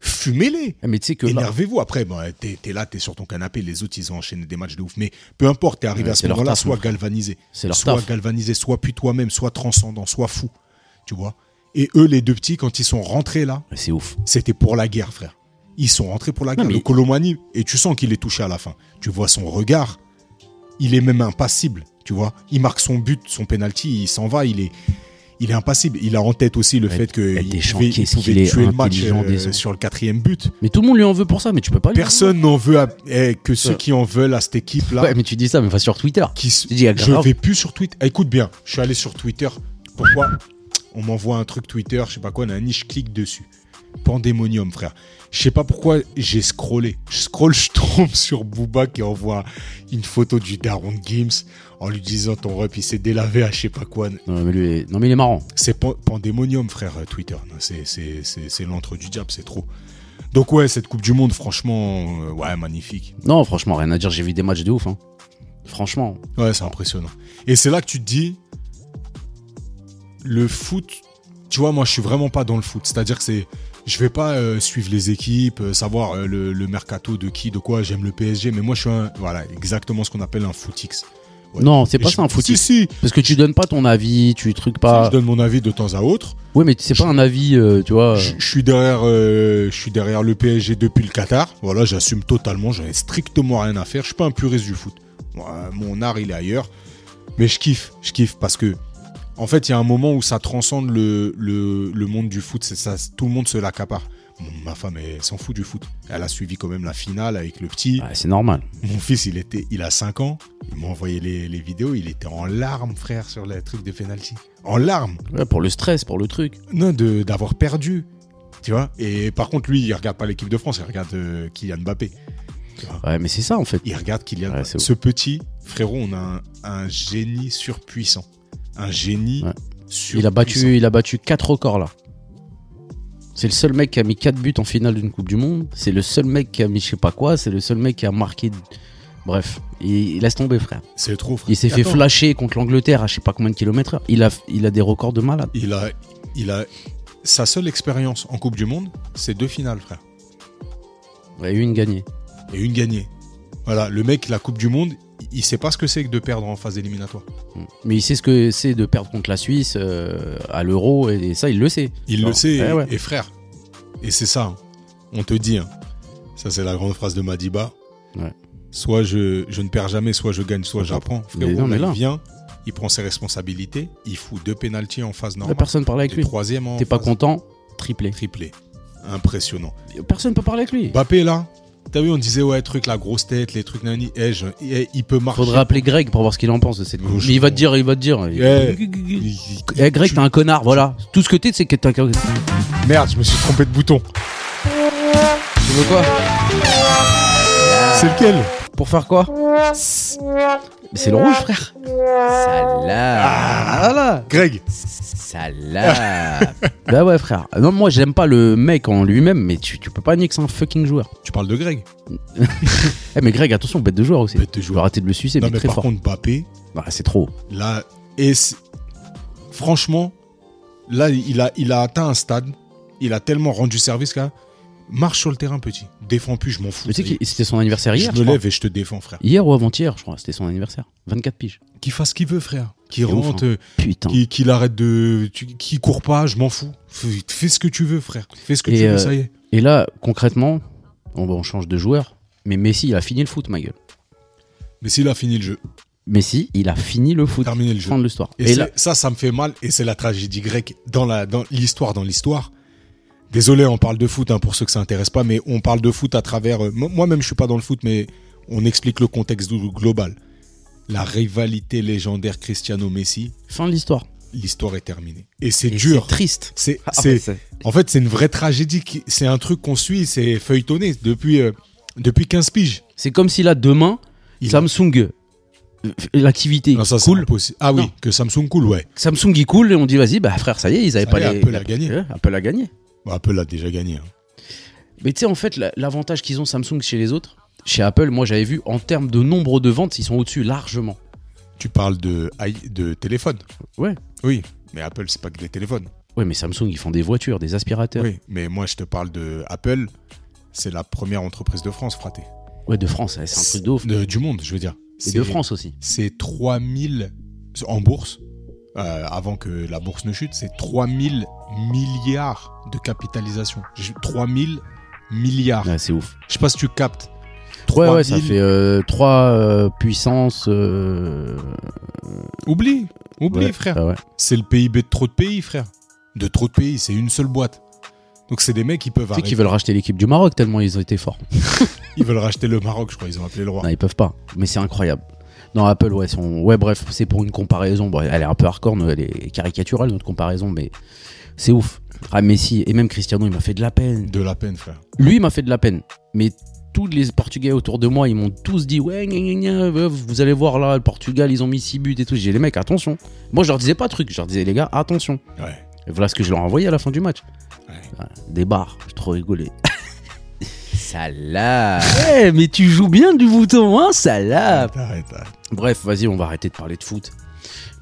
B: Fumez-les
C: Eh, Mais tu sais que là,
B: Énervez-vous. Après, bon, t'es t'es là, t'es sur ton canapé. Les autres, ils ont enchaîné des matchs de ouf. Mais peu importe, t'es arrivé
C: Ouais,
B: à ce
C: c'est leur
B: moment-là,
C: taf,
B: soit
C: mon frère.
B: galvanisé.
C: C'est leur
B: soit
C: taf.
B: galvanisé, soit puis toi-même, soit transcendant, soit fou. Tu vois Et eux, les deux petits, quand ils sont rentrés là,
C: c'est ouf.
B: c'était pour la guerre, frère. Ils sont rentrés pour la
C: Non,
B: guerre.
C: mais-
B: Le Colomani, et tu sens qu'il est touché à la fin. Tu vois son regard. Il est même impassible. Tu vois, il marque son but, son penalty, il s'en va, il est, il est impassible. Il a en tête aussi le
C: Ouais,
B: fait que
C: mais
B: il
C: Deschamps,
B: pouvait, il
C: qu'est-ce
B: pouvait
C: qu'il est
B: tuer le match
C: intelligent,
B: euh,
C: Deschamps.
B: sur le quatrième but.
C: Mais tout le monde lui en veut pour ça, mais tu peux pas. lui-
B: Personne n'en veut à- eh, que ceux
C: Ouais.
B: qui en veulent à cette équipe là.
C: Ouais, mais tu dis ça, mais enfin sur Twitter.
B: qui se-
C: Tu dis, ah,
B: je
C: grave.
B: vais plus sur Twitter. Eh, Écoute bien, je suis allé sur Twitter. Pourquoi On m'envoie un truc Twitter, je sais pas quoi, un je clique dessus. Pandémonium, frère. Je sais pas pourquoi j'ai scrollé. Je scroll, je tombe sur Booba qui envoie une photo du Daron de Gims en lui disant ton rep, il s'est délavé à je sais pas quoi.
C: Non mais, lui, non, mais il est marrant.
B: C'est pan- pandémonium, frère, euh, Twitter. Non, C'est, c'est, c'est, c'est l'antre du diable, c'est trop. Donc, ouais, cette Coupe du Monde, franchement, euh, ouais, magnifique.
C: Non, franchement, rien à dire. J'ai vu des matchs de ouf. hein. Franchement,
B: Ouais, c'est impressionnant. Et c'est là que tu te dis, le foot, tu vois, moi, je suis vraiment pas dans le foot. C'est-à-dire que c'est, je vais pas euh, suivre les équipes, euh, savoir euh, le, le mercato de qui, de quoi. J'aime le PSG, mais moi, je suis un, voilà, exactement ce qu'on appelle un footix. Ouais.
C: non, c'est
B: Et
C: pas
B: je-
C: ça un
B: Si,
C: footix. Bah-
B: si,
C: Parce que tu donnes pas ton avis, tu trucs
B: je
C: pas.
B: donne mon avis de temps à autre.
C: Oui, mais c'est pas un avis, euh, tu vois.
B: Je, je suis derrière, euh, je suis derrière le PSG depuis le Qatar. Voilà, j'assume totalement. J'en ai strictement rien à faire. Je suis pas un puriste du foot. Moi, mon art, il est ailleurs. Mais je kiffe, je kiffe parce que, en fait, il y a un moment où ça transcende le, le, le monde du foot. C'est ça, tout le monde se l'accapare. Mon- Ma femme, elle s'en fout du foot. Elle a suivi quand même la finale avec le petit.
C: Ah, c'est normal.
B: Mon fils, il était, il a 5 ans. Il m'a envoyé les, les vidéos. Il était en larmes, frère, sur les trucs de penalty. En larmes.
C: Ouais, pour le stress, pour le truc.
B: Non, de- d'avoir perdu. Tu vois Et par contre, lui, il regarde pas l'équipe de France, il regarde euh, Kylian Mbappé.
C: Ouais, mais c'est ça en fait.
B: Il regarde Kylian.
C: Ouais, c'est
B: Ce petit frérot, on a un, un génie surpuissant. Un génie
C: Ouais.
B: surpuissant.
C: Il a battu, il a battu quatre records là. C'est le seul mec qui a mis quatre buts en finale d'une Coupe du Monde. C'est le seul mec qui a mis je sais pas quoi. C'est le seul mec qui a marqué. Bref, il, il laisse tomber, frère.
B: C'est trop, frère.
C: Il s'est fait
B: Attends,
C: flasher contre l'Angleterre à je sais pas combien de kilomètres. heure. Il a, il a des records de malade.
B: Il a, il a. Sa seule expérience en Coupe du Monde, c'est deux finales, frère.
C: Il a eu une gagnée.
B: Et une gagnée. Voilà, le mec, la Coupe du Monde, il sait pas ce que c'est que de perdre en phase éliminatoire.
C: Mais il sait ce que c'est de perdre contre la Suisse euh, à l'Euro et, et ça, il le sait.
B: Il
C: Non.
B: le sait,
C: Eh
B: et-
C: ouais.
B: et frère. Et c'est ça, hein. on te dit, hein. ça c'est la grande phrase de Madiba.
C: Ouais.
B: Soit je, je ne perds jamais, soit je gagne, soit
C: Attends,
B: j'apprends.
C: mais
B: Frérot,
C: non, mais
B: là,
C: là.
B: il vient, il prend ses responsabilités, il fout deux pénalties en phase
C: Là,
B: normale.
C: personne parle avec
B: et
C: lui.
B: troisième en
C: T'es pas
B: phase
C: content Triplé.
B: triplé. Impressionnant.
C: Personne peut parler avec lui.
B: Bappé là, t'as vu, on disait ouais, truc, la grosse tête, les trucs nani, Eh, je- eh, il peut marquer.
C: Faudrait appeler Greg pour voir ce qu'il en pense de cette
B: Oh,
C: coupe.
B: je
C: Mais il va te
B: comprends.
C: dire, il va te dire.
B: Eh,
C: Eh,
B: il- il-
C: Greg,
B: tu-
C: t'es un connard, voilà. Tout ce que t'es, c'est que t'es un connard.
B: Merde, je me suis trompé de bouton.
C: Tu veux quoi
B: C'est lequel
C: Pour faire quoi Mais c'est le rouge, frère. Salam. Voilà.
B: Greg
C: Salam. bah ouais, frère. Non, moi, j'aime pas le mec en lui-même, mais tu, tu peux pas nier que c'est un fucking joueur.
B: Tu parles de Greg
C: Eh, mais Greg, attention, bête de joueur aussi.
B: Bête de
C: Je vais
B: joueur.
C: arrêter de le sucer,
B: Non,
C: mais
B: mais
C: très
B: par
C: fort.
B: contre, Bappé.
C: Ah, c'est trop.
B: Là, et c'est- franchement, là, il a, il a atteint un stade. Il a tellement rendu service qu'à marche sur le terrain, petit. Défends plus, je m'en fous.
C: Mais tu sais que c'était son anniversaire
B: je
C: hier.
B: me
C: je crois.
B: lève et je te défends, frère.
C: Hier ou avant-hier, je crois. C'était son anniversaire. 24 piges.
B: Qu'il fasse ce qu'il veut, frère. Qu'il
C: C'est ouf, hein.
B: rentre, euh,
C: Putain.
B: qu'il qu'il arrête de. tu- Qu'il court pas, je m'en fous. Fais fais ce que tu veux, frère. Fais ce que
C: Et
B: tu veux,
C: euh,
B: ça y est.
C: Et là, concrètement, on, on change de joueur. Mais Messi, il a fini le foot, ma gueule.
B: Mais s'il a fini le jeu,
C: Messi, il a fini le foot.
B: terminé le jeu.
C: Fin de l'histoire.
B: Et,
C: Et
B: c'est-
C: là,
B: ça, ça me fait mal, et c'est la tragédie grecque dans la dans l'histoire, dans l'histoire. Désolé, on parle de foot hein, pour ceux que ça intéresse pas, mais on parle de foot à travers. euh, mo- Moi-même, je suis pas dans le foot, mais on explique le contexte glo- global. La rivalité légendaire Cristiano-Messi,
C: fin de l'histoire.
B: l'histoire est terminée. Et c'est
C: Et
B: dur.
C: C'est triste.
B: C'est,
C: Ah,
B: c'est-
C: ouais, c'est-
B: en fait, c'est une vraie tragédie. qui- C'est un truc qu'on suit, c'est feuilletonné depuis euh, depuis 15 piges.
C: C'est comme si là, demain,
B: Il-
C: Samsung, euh, l'activité
B: Non, ça, c'est
C: cool.
B: impossible. Ah oui,
C: Non.
B: que Samsung cool, ouais.
C: Samsung, il coule et on dit, vas-y, bah frère, ça y est, ils avaient
B: Ça
C: pas
B: y est,
C: les.
B: Apple a gagné.
C: Ouais, Apple a gagné.
B: Bah, Apple a déjà gagné. hein.
C: Mais tu sais, en fait, la- l'avantage qu'ils ont Samsung chez les autres, chez Apple, moi j'avais vu en termes de nombre de ventes, ils sont au-dessus largement.
B: Tu parles de, i- de téléphone.
C: Ouais.
B: Oui, mais Apple, c'est pas que des téléphones.
C: Ouais, mais Samsung, ils font des voitures, des aspirateurs.
B: Oui, mais moi, je te parle de Apple. C'est la première entreprise de France, fraté.
C: Ouais, de France, ouais, c'est un truc de ouf.
B: De- du monde, je veux dire.
C: Et de France aussi.
B: C'est 3000 en bourse, euh, avant que la bourse ne chute, c'est 3000 milliards de capitalisation. 3000 milliards. Ah.
C: Ouais, c'est ouf.
B: Je sais pas si tu captes.
C: Ouais,
B: Trois
C: ouais, ça
B: îles.
C: fait 3 puissances. euh,
B: Oublie, oublie,
C: ouais,
B: frère.
C: ah ouais.
B: C'est le PIB de trop de pays, frère. De trop de pays, c'est une seule boîte. Donc c'est des mecs qui peuvent
C: Tu sais
B: arrêter.
C: qu'ils veulent racheter l'équipe du Maroc tellement ils ont été forts.
B: Ils veulent racheter le Maroc, je crois. Ils ont appelé le roi.
C: Non, ils peuvent pas. Mais c'est incroyable. Non, Apple, ouais, son... ouais bref, c'est pour une comparaison. Bon, elle est un peu hardcore, elle est caricaturale, notre comparaison, mais c'est ouf. Ah, Messi et même Cristiano, il m'a fait de la peine.
B: De la peine, frère.
C: Lui, il m'a fait de la peine. Mais tous les Portugais autour de moi, ils m'ont tous dit Ouais, gna, gna, gna, euh, vous allez voir là, le Portugal, ils ont mis 6 buts et tout. J'ai dit, les mecs, attention. Moi, je leur disais pas de truc. Je leur disais, les gars, attention.
B: Ouais.
C: Et voilà ce que je leur ai envoyé à la fin du match.
B: Ouais.
C: Voilà, des barres, j'ai trop rigolé. Salah Mais tu joues bien du bouton, hein, Salah
B: Arrête, arrête.
C: Bref, vas-y, on va arrêter de parler de foot.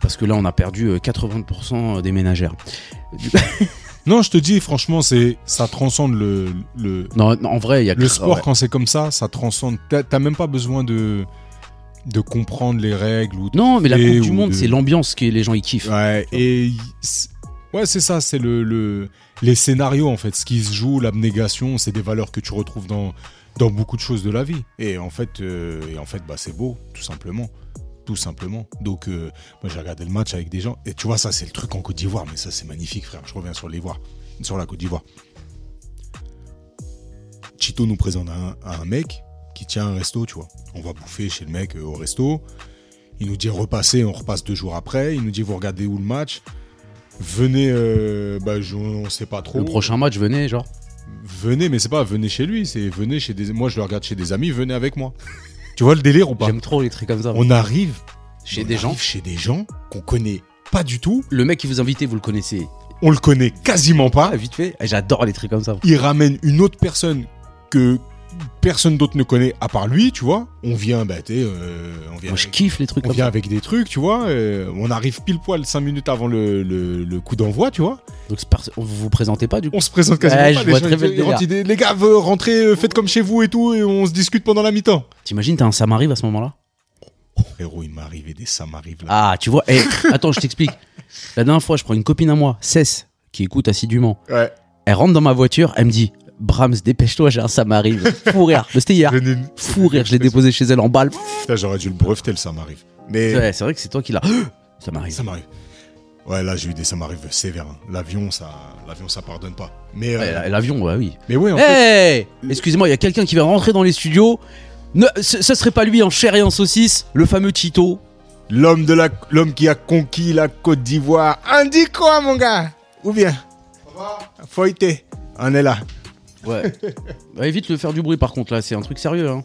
C: Parce que là, on a perdu euh, 80% des ménagères.
B: Non, je te dis, franchement, c'est ça transcende le, le,
C: Non, non, en vrai, il y a que
B: le sport
C: ouais.
B: quand c'est comme ça. Ça transcende. T'as t'as même pas besoin de, de comprendre les règles ou
C: Non, mais la
B: Et
C: Coupe du
B: ou Ah.
C: Monde,
B: de-
C: c'est l'ambiance que les gens ils kiffent.
B: Ouais, et y- c'est- ouais, c'est ça, c'est le, le- les scénarios en fait, ce qui se joue, l'abnégation, c'est des valeurs que tu retrouves dans dans beaucoup de choses de la vie. Et en fait, euh, et en fait, bah c'est beau, tout simplement, tout simplement. Donc euh, moi j'ai regardé le match avec des gens et tu vois ça, c'est le truc en Côte d'Ivoire, mais ça c'est magnifique, frère. Je reviens sur l'Ivoire, sur la Côte d'Ivoire. Chito nous présente un, un mec qui tient un resto, tu vois. On va bouffer chez le mec euh, au resto. Il nous dit repasser, on repasse deux jours après. Il nous dit vous regardez où le match. Venez, euh, bah, je- on sait pas trop.
C: Le prochain match, venez, genre.
B: Venez, mais c'est pas venez chez lui, c'est venez chez des. Moi je le regarde chez des amis, venez avec moi. tu vois le délire ou pas
C: J'aime trop les trucs comme ça.
B: On arrive
C: Chez
B: on
C: des gens.
B: arrive chez des gens qu'on connaît pas du tout,
C: Le mec qui vous invite, vous le connaissez.
B: on le connaît quasiment pas.
C: Ah, vite fait. Ah, J'adore les trucs comme ça.
B: il ramène une autre personne que personne d'autre ne connaît à part lui, tu vois. On vient, bah, t'es, euh, on vient,
C: Moi, je
B: avec-
C: kiffe les trucs
B: on
C: comme
B: vient
C: ça.
B: avec des trucs, tu vois. euh, on arrive pile poil 5 minutes avant le, le- le coup d'envoi, tu vois.
C: Donc, c'est parce- vous vous présentez pas, du coup.
B: On se présente quasiment
C: Ouais,
B: pas.
C: je
B: les
C: vois
B: gens,
C: très bien
B: ils-
C: le
B: ils rentrent, ils disent, les gars, veut rentrer, euh, faites comme chez vous et tout, et on se discute pendant la mi-temps.
C: T'imagines, t'as un Samarive à ce moment-là
B: Frérot, il m'est arrivé des samarives là.
C: Ah, tu vois. eh, attends, je t'explique. La dernière fois, je prends une copine à moi, Cess, qui écoute assidûment.
B: Ouais.
C: Elle rentre dans ma voiture, elle me dit Brahms, dépêche-toi, j'ai un Samarive. Fou rire. Mais C'était hier.
B: Venez-
C: Fou rire, je l'ai déposé chez elle en balle.
B: Putain, j'aurais dû le breveter le samarive. Mais
C: Ouais, c'est vrai que c'est toi qui l'as. Ça m'arrive.
B: Ça m'arrive. Ouais, là, j'ai eu des ça m'arrive sévères. hein. L'avion, ça, l'avion, ça pardonne pas. Mais, euh,
C: L'avion, ouais, Eh, oui.
B: mais ouais, en fait,
C: Hey Excusez-moi, il y a quelqu'un qui va rentrer dans les studios. Ne, ce, ce serait pas lui en chair et en saucisse, le fameux Tito.
B: l'homme de la, l'homme qui a conquis la Côte d'Ivoire. Andy quoi, mon gars Ou bien Foyté, on est là.
C: Ouais. Ouais, évite de faire du bruit par contre là, c'est un truc sérieux. Hein.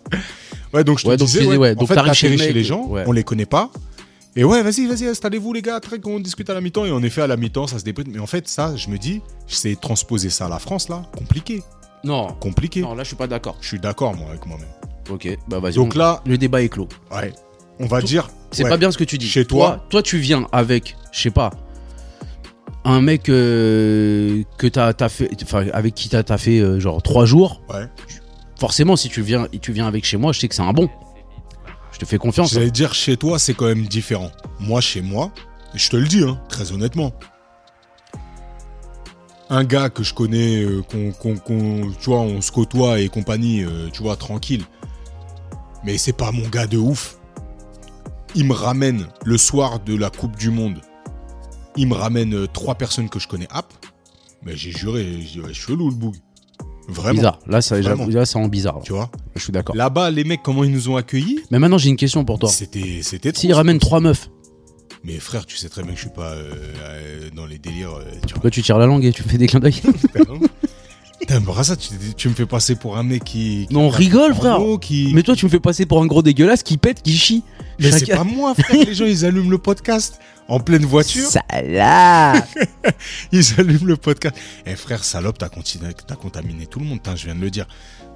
B: Ouais, donc je te
C: Ouais, donc
B: disais,
C: tu
B: ouais,
C: disais, ouais,
B: en
C: donc
B: fait,
C: t'arrives chez le
B: t'atterris chez
C: mec,
B: les gens,
C: ouais.
B: on les connaît pas. Et ouais, vas-y, vas-y, installez-vous les gars, après qu'on discute à la mi-temps. Et en effet, à la mi-temps, ça se débride. Mais en fait, ça, je me dis, c'est transposer ça à la France, là, compliqué,
C: Non.
B: compliqué.
C: Non, là je suis pas d'accord.
B: Je suis d'accord, moi, avec moi-même.
C: Ok, bah vas-y.
B: Donc
C: on-
B: là,
C: le débat est clos.
B: ouais, on va
C: Tout-
B: dire...
C: C'est
B: ouais.
C: pas bien ce que tu dis.
B: Chez
C: toi, tu viens avec, je sais pas, un mec euh, que t'as t'as fait, enfin avec qui t'as t'as fait euh, genre trois jours.
B: Ouais.
C: Forcément, si tu viens, tu viens avec chez moi, je sais que c'est un bon. Je te fais confiance. hein.
B: J'allais dire chez toi, c'est quand même différent. Moi, chez moi, je te le dis, hein, très honnêtement. Un gars que je connais, euh, qu'on, qu'on- qu'on- tu vois, on se côtoie et compagnie, euh, tu vois, tranquille. Mais c'est pas mon gars de ouf. Il me ramène le soir de la Coupe du Monde. Il me ramène euh, trois personnes que je connais. Hop. Mais j'ai juré, j'ai dit, ouais, chelou le boug. Vraiment.
C: Bizarre. Là, ça,
B: Vraiment.
C: j'avoue, là, ça rend bizarre. là.
B: Tu vois.
C: Je suis d'accord.
B: Là-bas, les mecs, comment ils nous ont accueillis
C: Mais maintenant, j'ai une question pour toi.
B: C'était, c'était.
C: S'il
B: trop,
C: ramène trois meufs,
B: Mais frère, tu sais très bien que je suis pas euh, euh, dans les délires. euh, tu vois.
C: pourquoi tu tires la langue et tu me fais des clins d'œil
B: Putain, Brassa, tu, tu me fais passer pour un mec qui.
C: Non, on rigole, frère.
B: Porno, qui...
C: Mais toi, tu me fais passer pour un gros dégueulasse qui pète, qui chie.
B: Mais c'est
C: Chacun-
B: pas moi, frère. les gens, ils allument le podcast en pleine voiture.
C: Salah
B: Ils allument le podcast. Eh frère, salope, t'as continué- t'as contaminé tout le monde. Putain, je viens de le dire.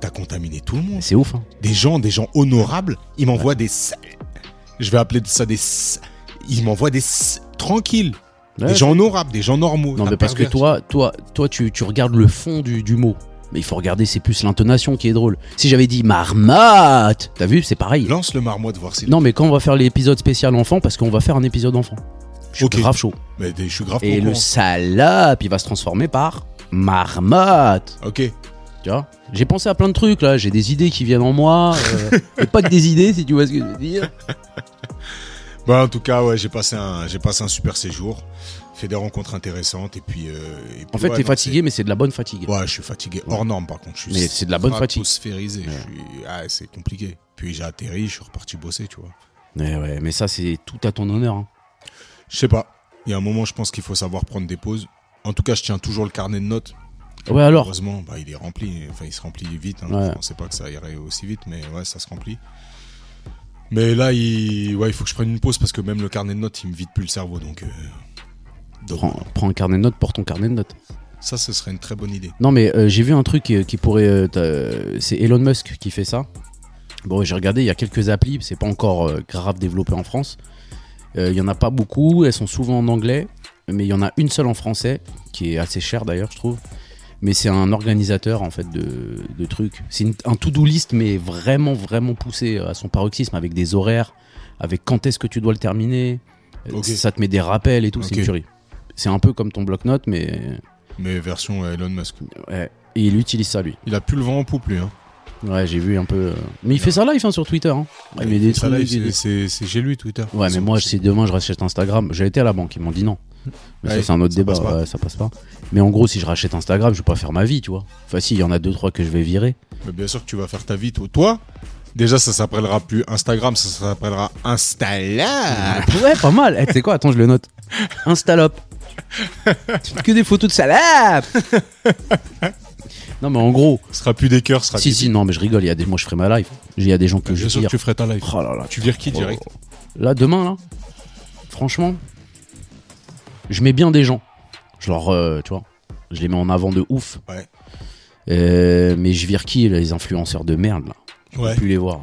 B: T'as contaminé tout le monde.
C: C'est ouf. hein.
B: Des gens, des gens honorables, ils m'envoient des. s- Je vais appeler ça des. s- Ils m'envoient des. s- Tranquilles.
C: Ouais,
B: des gens honorables, des gens normaux.
C: Non,
B: T'as
C: mais parce que
B: pervers.
C: toi, toi, toi, tu, tu regardes le fond du, du mot. Mais il faut regarder, c'est plus l'intonation qui est drôle. Si j'avais dit marmotte, t'as vu, c'est pareil.
B: Lance le marmot de voir si.
C: Non, mais quand on va faire l'épisode spécial enfant, parce qu'on va faire un épisode enfant. Je suis
B: Ok.
C: grave chaud.
B: Mais des- je suis grave
C: Et
B: au
C: le
B: courant.
C: salope, il va se transformer par marmotte.
B: Ok.
C: Tu vois J'ai pensé à plein de trucs là, j'ai des idées qui viennent en moi, euh, et pas que des idées si tu vois ce que je veux dire.
B: Bah, en tout cas, ouais, j'ai passé un, j'ai passé un super séjour, fait des rencontres intéressantes et puis. euh, et
C: En
B: puis,
C: fait,
B: ouais,
C: t'es
B: non,
C: fatigué, mais c'est de la bonne fatigue.
B: c'est- Ouais, je suis fatigué hors norme par contre. Je suis
C: Mais c'est de la bonne fatigue.
B: stratosphéririsé,
C: Ouais.
B: je suis- ah, c'est compliqué. Puis j'ai atterri, je suis reparti bosser, tu vois.
C: Mais Eh ouais, mais ça c'est tout à ton honneur. hein.
B: Je sais pas. Il y a un moment, je pense qu'il faut savoir prendre des pauses. En tout cas, je tiens toujours le carnet de notes.
C: Ouais alors.
B: Heureusement, bah, il est rempli. Enfin, il se remplit vite. hein.
C: Ouais.
B: Je pensais pas que ça irait aussi vite, mais ouais, ça se remplit. Mais là, il, ouais, il faut que je prenne une pause parce que même le carnet de notes, il me vide plus le cerveau. Donc, euh, donc,
C: Prends, prends un carnet de notes, porte ton carnet de notes.
B: ça, ce serait une très bonne idée.
C: Non, mais euh, j'ai vu un truc euh, qui pourrait. euh, t'a- euh, c'est Elon Musk qui fait ça. Bon, j'ai regardé, il y a quelques applis, c'est pas encore euh, grave développé en France. Euh, Il y en a pas beaucoup, elles sont souvent en anglais, mais il y en a une seule en français, qui est assez chère d'ailleurs, je trouve. Mais c'est un organisateur en fait de, de trucs. C'est une- un to-do list, mais vraiment, vraiment poussé euh, à son paroxysme, avec des horaires, avec quand est-ce que tu dois le terminer. Euh,
B: Ok.
C: Ça te met des rappels et tout, c'est
B: Ok.
C: une tuerie. C'est un peu comme ton bloc-notes, mais
B: Mais version euh, Elon Musk.
C: ouais. Et il utilise ça lui.
B: Il a plus le vent en poupe, lui. Hein.
C: Ouais, j'ai vu un peu. euh, Mais il fait ça live hein, sur Twitter. Hein. Il met des
B: fait ça
C: trucs,
B: live,
C: des-
B: c'est- c'est c'est chez lui, Twitter.
C: Ouais, mais moi, si demain je rachète Instagram, j'ai été à la banque, ils m'ont dit non. Mais
B: Ouais,
C: ça, c'est un autre
B: ça
C: débat,
B: passe pas.
C: ouais, ça passe pas. Mais en gros, si je rachète Instagram, je vais pas faire ma vie, tu vois. Enfin, si, il y en a deux, trois que je vais virer.
B: Mais bien sûr que tu vas faire ta vie, toi. toi déjà, ça s'appellera plus Instagram, ça s'appellera Installa.
C: Ouais, pas mal. Eh, tu sais quoi, attends, je le note. Instalop. que des photos de salade Non, mais en gros,
B: Ce sera plus des cœurs, ce sera
C: si,
B: des-
C: si, non, mais je rigole, il y a des... moi je ferai ma live. Il y a des gens que
B: Bien
C: je
B: sûr que
C: vire.
B: tu ferais ta live.
C: Oh là là,
B: Tu vires qui direct
C: Euh, Là, demain, là, franchement, je mets bien des gens. Je leur, euh, tu vois, je les mets en avant de ouf.
B: Ouais.
C: Euh, mais je vire qui Les influenceurs de merde, là. Je
B: Ouais.
C: peux Oh. plus les voir.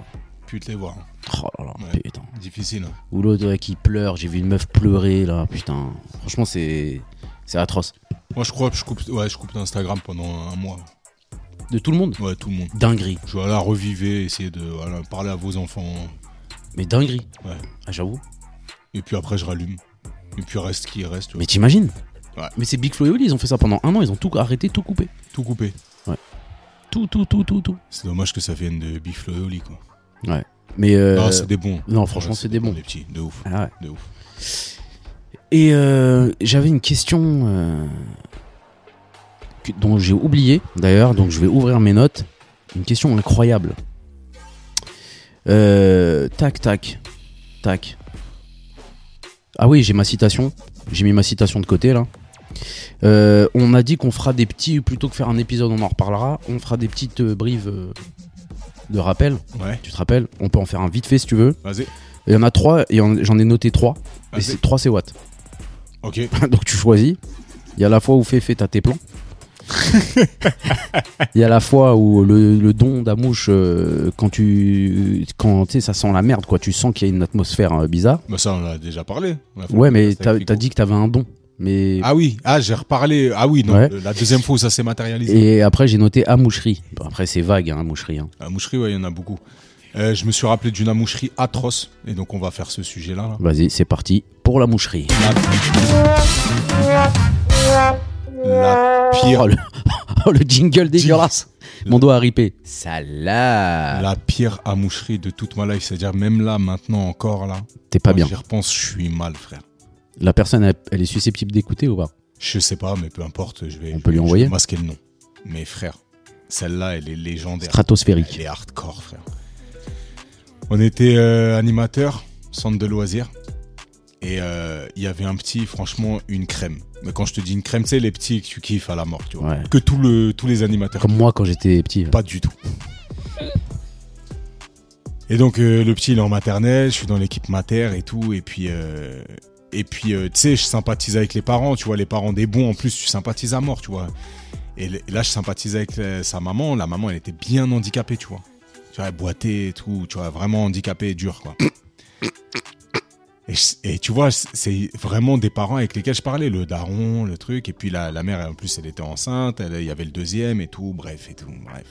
B: Plus te les voir. hein.
C: Oh là là,
B: Ouais.
C: putain.
B: Difficile. hein.
C: Ou l'autre ouais, qui pleure, j'ai vu une meuf pleurer, là, putain. Franchement, c'est. C'est atroce.
B: Moi, je crois que je coupe, ouais, je coupe Instagram pendant un mois.
C: De tout le monde
B: Ouais, tout le monde.
C: Dinguerie.
B: Je vais là revivez, essayer de voilà, parler à vos enfants.
C: Mais dinguerie.
B: Ouais.
C: Ah, j'avoue.
B: Et puis après, je rallume. Et puis reste qui reste. tu vois.
C: Mais t'imagines
B: Ouais.
C: Mais c'est Big Flo et Oli, ils ont fait ça pendant un an, ils ont tout arrêté, tout coupé.
B: Tout coupé.
C: Tout, tout, tout, tout, tout.
B: C'est dommage que ça vienne de Biflo et Oli, quoi.
C: Mais. euh,
B: Ah, c'est des bons.
C: non, franchement,
B: Ouais,
C: c'est des bons.
B: Les petits, de ouf.
C: Ah ouais.
B: De ouf.
C: Et euh, j'avais une question euh, que- dont j'ai oublié d'ailleurs, donc je vais ouvrir mes notes. Une question incroyable. Euh, tac, tac, tac. Ah oui, j'ai ma citation. J'ai mis ma citation de côté là. Euh, on a dit qu'on fera des petits, plutôt que faire un épisode, on en reparlera. On fera des petites euh, brives euh, de rappel.
B: Ouais.
C: Tu te rappelles On peut en faire un vite fait si tu veux.
B: Vas-y.
C: Il y en a trois, et en- j'en ai noté trois. Et
B: Vas-y.
C: c'est- trois, c'est Watt.
B: Ok.
C: Donc tu choisis. Il y a la fois où Féfé t'as tes plans. Il y a la fois où le, le don d'Amouche, euh, quand tu quand, tu sais, ça sent la merde, quoi. Tu sens qu'il y a une atmosphère euh, bizarre.
B: Bah, ça, on l'a déjà parlé. On a fait
C: Ouais,
B: un
C: mais
B: podcast
C: t'as
B: avec
C: t'as
B: Nico.
C: dit que t'avais un don. Mais
B: Ah oui, ah, j'ai reparlé. Ah oui, non.
C: Ouais.
B: le- La deuxième fois où ça s'est matérialisé.
C: et après j'ai noté Amoucherie. Bon, après c'est vague, hein, Amoucherie. hein.
B: La moucherie, ouais, il y en a beaucoup. Euh, je me suis rappelé d'une amoucherie atroce. Et donc, on va faire ce sujet-là. là.
C: Vas-y, c'est parti pour la moucherie.
B: La pire,
C: Oh le, oh, le jingle dégueulasse. Mon doigt a ripé. Salade.
B: la pire amoucherie de toute ma life. C'est-à-dire, même là, maintenant, encore là.
C: T'es pas
B: quand
C: bien.
B: J'y repense, je suis mal, frère.
C: La personne, elle, elle est susceptible d'écouter ou pas
B: Je sais pas, mais peu importe. Je vais,
C: On peut lui
B: je vais
C: envoyer
B: masquer le nom. Mais frère, celle-là, elle est légendaire.
C: Stratosphérique.
B: Elle est hardcore, frère. On était euh, animateur, centre de loisirs. Et euh, il y avait un petit, franchement, une crème. Mais quand je te dis une crème, c'est les petits que tu kiffes à la mort, tu vois.
C: Ouais.
B: Que tout le, tous les animateurs
C: Comme moi quand j'étais petit.
B: Pas du tout. Et donc euh, le petit il est en maternelle, je suis dans l'équipe mater et tout, et puis euh, et puis euh, tu sais je sympathise avec les parents, tu vois les parents des bons en plus tu sympathises à mort, tu vois. Et le- et là je sympathise avec euh, sa maman, la maman elle était bien handicapée, tu vois. Tu vois elle boitait et tout, tu vois vraiment handicapée et dure quoi. Et, je- et tu vois, c'est vraiment des parents avec lesquels je parlais, le daron, le truc, et puis la, la mère, en plus, elle était enceinte, elle- il y avait le deuxième et tout, bref, et tout, bref.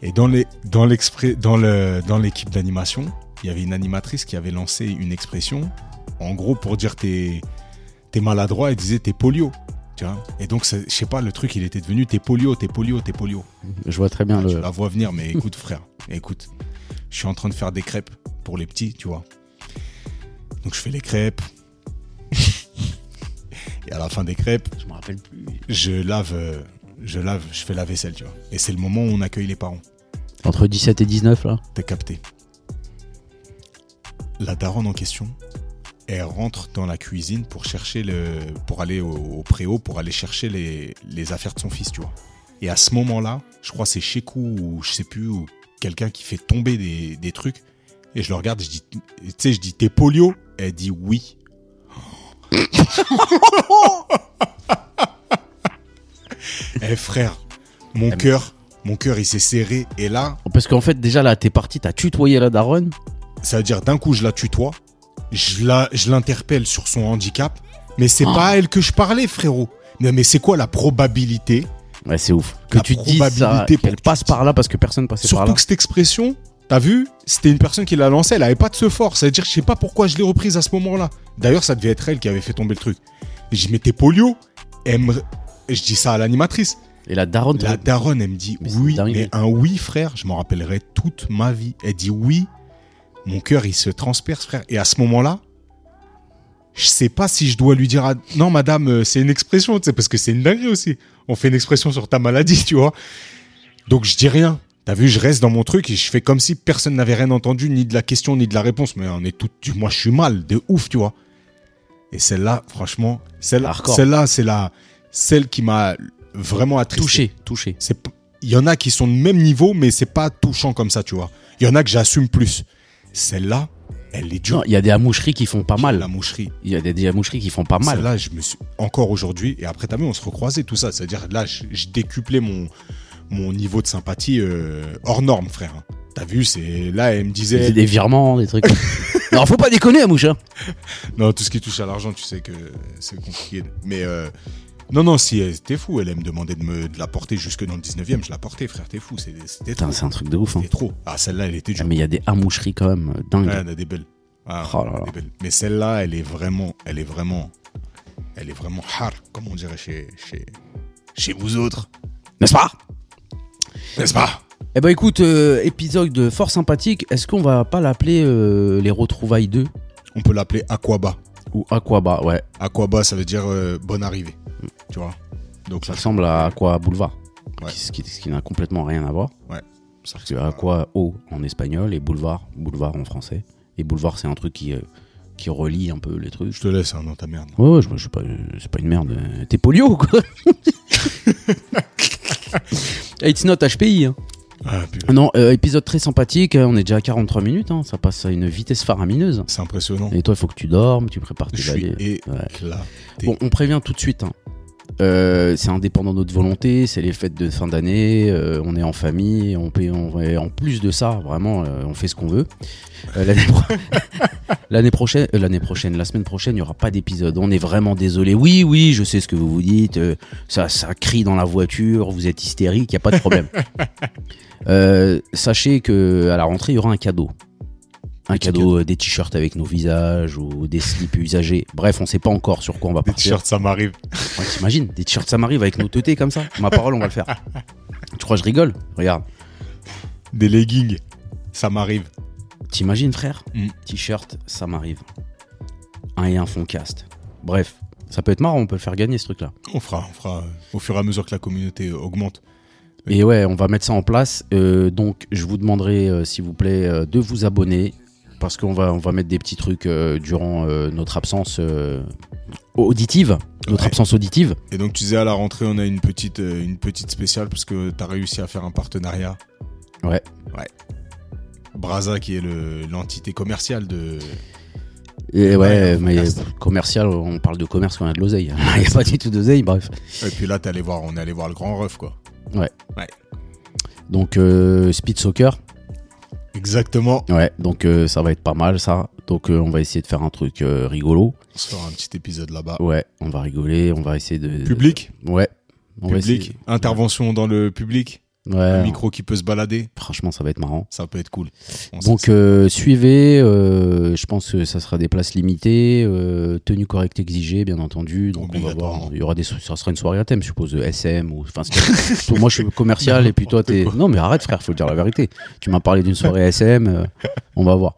B: Et dans les, dans l'expré- dans le, dans l'équipe d'animation, il y avait une animatrice qui avait lancé une expression, en gros, pour dire t'es, t'es maladroit, elle disait t'es polio. Tu vois Et donc, c'est- je sais pas, le truc, il était devenu t'es polio, t'es polio, t'es polio. Ah,
C: Je vois très bien
B: Tu
C: le.
B: la vois venir, mais écoute, frère, écoute, je suis en train de faire des crêpes pour les petits, tu vois. Donc, je fais les crêpes. Et à la fin des crêpes,
C: Je me rappelle plus.
B: je lave, euh, je lave, je fais la vaisselle, tu vois. Et c'est le moment où on accueille les parents.
C: Entre 17 et 19 là.
B: T'as capté. La daronne en question, elle rentre dans la cuisine pour chercher le, pour aller au, au préau, pour aller chercher les, les affaires de son fils, tu vois. Et à ce moment-là, je crois que c'est Shekou ou je sais plus, ou quelqu'un qui fait tomber des, des trucs. Et je le regarde, je dis, tu sais, je dis, t'es polio Elle dit oui. Eh frère, mon
C: mais-
B: cœur, mon cœur il s'est serré. Et là,
C: Parce qu'en fait déjà là t'es parti, t'as tutoyé la daronne.
B: ça veut dire d'un coup, je la tutoie, je la- je l'interpelle sur son handicap, mais c'est
C: Ah.
B: pas à elle que je parlais, frérot. Non, mais c'est quoi la probabilité
C: Ouais c'est ouf. Que
B: La
C: tu te dises ça,
B: probabilité pour
C: qu'elle
B: que tu
C: passe
B: te-
C: par là parce que personne passait par
B: Surtout
C: là.
B: que cette expression, t'as vu, c'était une personne qui l'a lancée, elle avait pas de ce fort. Ça veut dire, je sais pas pourquoi je l'ai reprise à ce moment-là. D'ailleurs, ça devait être elle qui avait fait tomber le truc. Et je dis, mais t'es polio Elle me- Je dis ça à l'animatrice.
C: Et la daronne.
B: La daronne, elle me dit
C: Mais c'est
B: oui,
C: dingue.
B: mais un oui, frère, je m'en rappellerai toute ma vie. Elle dit oui, mon cœur, il se transperce, frère. Et à ce moment-là, je sais pas si je dois lui dire à- non, madame, euh, c'est une expression, tu sais, parce que c'est une dinguerie aussi. On fait une expression sur ta maladie, tu vois. Donc je dis rien. T'as vu, je reste dans mon truc et je fais comme si personne n'avait rien entendu, ni de la question, ni de la réponse. Mais on est tout, tu- moi, je suis mal, de ouf, tu vois. Et celle-là, franchement, celle-là,
C: Hardcore.
B: celle-là, c'est la, celle qui m'a vraiment attristé.
C: touché, touché.
B: C'est p- il y en a qui sont du même niveau mais c'est pas touchant comme ça tu vois il y en a que j'assume plus celle-là elle est dure
C: Non, il y a des amoucheries qui font pas mal.
B: la moucherie
C: Il y a des, des amoucheries qui font pas mal.
B: là je me suis encore aujourd'hui et après t'as vu on se recroisait tout ça c'est à dire là je, je décuplais mon mon niveau de sympathie euh, hors norme frère t'as vu c'est là elle me
C: C'est
B: disait
C: des virements, des trucs. Alors faut pas déconner, Amouche. hein.
B: non tout ce qui touche à l'argent tu sais que c'est compliqué mais euh, non, non, si, elle- t'es fou, elle, elle me demandait de, me, de la porter jusque dans le 19 e je la portais, frère, t'es fou, c'est- c'était trop.
C: Putain, c'est un truc de ouf. hein.
B: C'était trop. Ah, celle-là, elle était dure.
C: Mais il y a des amoucheries quand même euh, dingues.
B: Ouais, il y en a des belles. Ah,
C: Oh là là.
B: des belles. Mais celle-là, elle est vraiment, elle est vraiment, elle est vraiment hard, comme on dirait chez, chez, chez vous autres,
C: N'est-ce pas
B: n'est-ce pas
C: Eh ben écoute, euh, épisode fort sympathique. Est-ce qu'on va pas l'appeler euh, les retrouvailles 2
B: On peut l'appeler Aquaba.
C: ou Aquaba Bah, Ouais,
B: Aquaba, ça veut dire euh, bonne arrivée, tu vois. Donc
C: ça
B: là,
C: ressemble à Aqua Boulevard.
B: Ouais.
C: qui- Ce qui, ce qui n'a complètement rien à voir.
B: ça
C: Parce que Aqua eau en espagnol et boulevard, boulevard en français. Et boulevard c'est un truc qui, euh, qui relie un peu les trucs.
B: Je te laisse hein, dans ta merde.
C: Ouais, ouais, je, je suis pas, euh, c'est pas une merde. euh, T'es polio ou quoi It's not HPI. hein.
B: Ah, putain,
C: Non, euh, épisode très sympathique. euh, On est déjà à 43 minutes. hein, Ça passe à une vitesse faramineuse.
B: c'est impressionnant.
C: Et toi, il faut que tu dormes, tu prépares tes
B: Je suis
C: bagages. Ouais.
B: éclaté.
C: Bon, on prévient tout de suite. hein. Euh, c'est indépendant de notre volonté, c'est les fêtes de fin d'année, euh, on est en famille, on paye, on- et en plus de ça, vraiment, euh, on fait ce qu'on veut. Euh, l'année, pro- l'année prochaine, euh, l'année prochaine, la semaine prochaine, il n'y aura pas d'épisode. On est vraiment désolé. Oui, oui, je sais ce que vous vous dites. euh, ça, ça crie dans la voiture, vous êtes hystérique, il n'y a pas de problème. Euh, sachez que à la rentrée, il y aura un cadeau. Un
B: Petit
C: cadeau, euh, des t-shirts avec nos visages ou des slips usagés. Bref, on ne sait pas encore sur quoi on va
B: Des
C: partir.
B: t-shirts, ça m'arrive.
C: Ouais, t'imagines, des t-shirts ça m'arrive avec nos teutés comme ça. Ma parole, on va le faire. Tu crois que je rigole Regarde.
B: Des leggings, ça m'arrive.
C: T'imagines, frère
B: Mm.
C: T-shirt ça m'arrive. Un et un fond cast. Bref, ça peut être marrant, on peut le faire gagner ce truc-là.
B: On fera, on fera euh, au fur et à mesure que la communauté euh, augmente.
C: Et ouais, on va mettre ça en place. Euh, donc, je vous demanderai, euh, s'il vous plaît, euh, de vous abonner. Parce qu'on va, on va mettre des petits trucs euh, durant euh, notre absence euh, auditive. Notre
B: Ouais.
C: absence auditive.
B: Et donc tu disais à la rentrée, on a une petite, euh, une petite spéciale parce que t'as réussi à faire un partenariat.
C: Ouais.
B: Ouais. Braza qui est le- l'entité commerciale de.
C: Et ouais,
B: Ouais,
C: mais
B: podcast.
C: pff, commercial, on parle de commerce quand on a de l'oseille. Il n'y a pas du tout d'oseille, bref.
B: Et puis là, t'es allé voir, on est allé voir le grand ref quoi.
C: Donc euh, Speed Soccer,
B: Exactement.
C: ouais, donc euh, ça va être pas mal ça. Donc euh, on va essayer de faire un truc euh, rigolo.
B: On se fera un petit épisode là-bas.
C: Ouais, on va rigoler, on va essayer de...
B: Public,
C: Ouais. On va
B: public,
C: essayer- Euh,
B: intervention dans le public.
C: Ouais,
B: un micro qui peut se balader,
C: Franchement, ça va être marrant.
B: ça peut être cool. On sait
C: Donc
B: ça.
C: euh, suivez, euh, je pense que ça sera des places limitées, euh, tenue correcte exigée bien entendu. Donc on va voir,
B: Obligatoirement.
C: il y aura des, sou- ça sera une soirée à thème, je suppose, de SM ou enfin. c'est- moi je suis commercial et puis toi t'es. Non mais arrête frère, faut dire la vérité. Tu m'as parlé d'une soirée SM, euh, on va voir.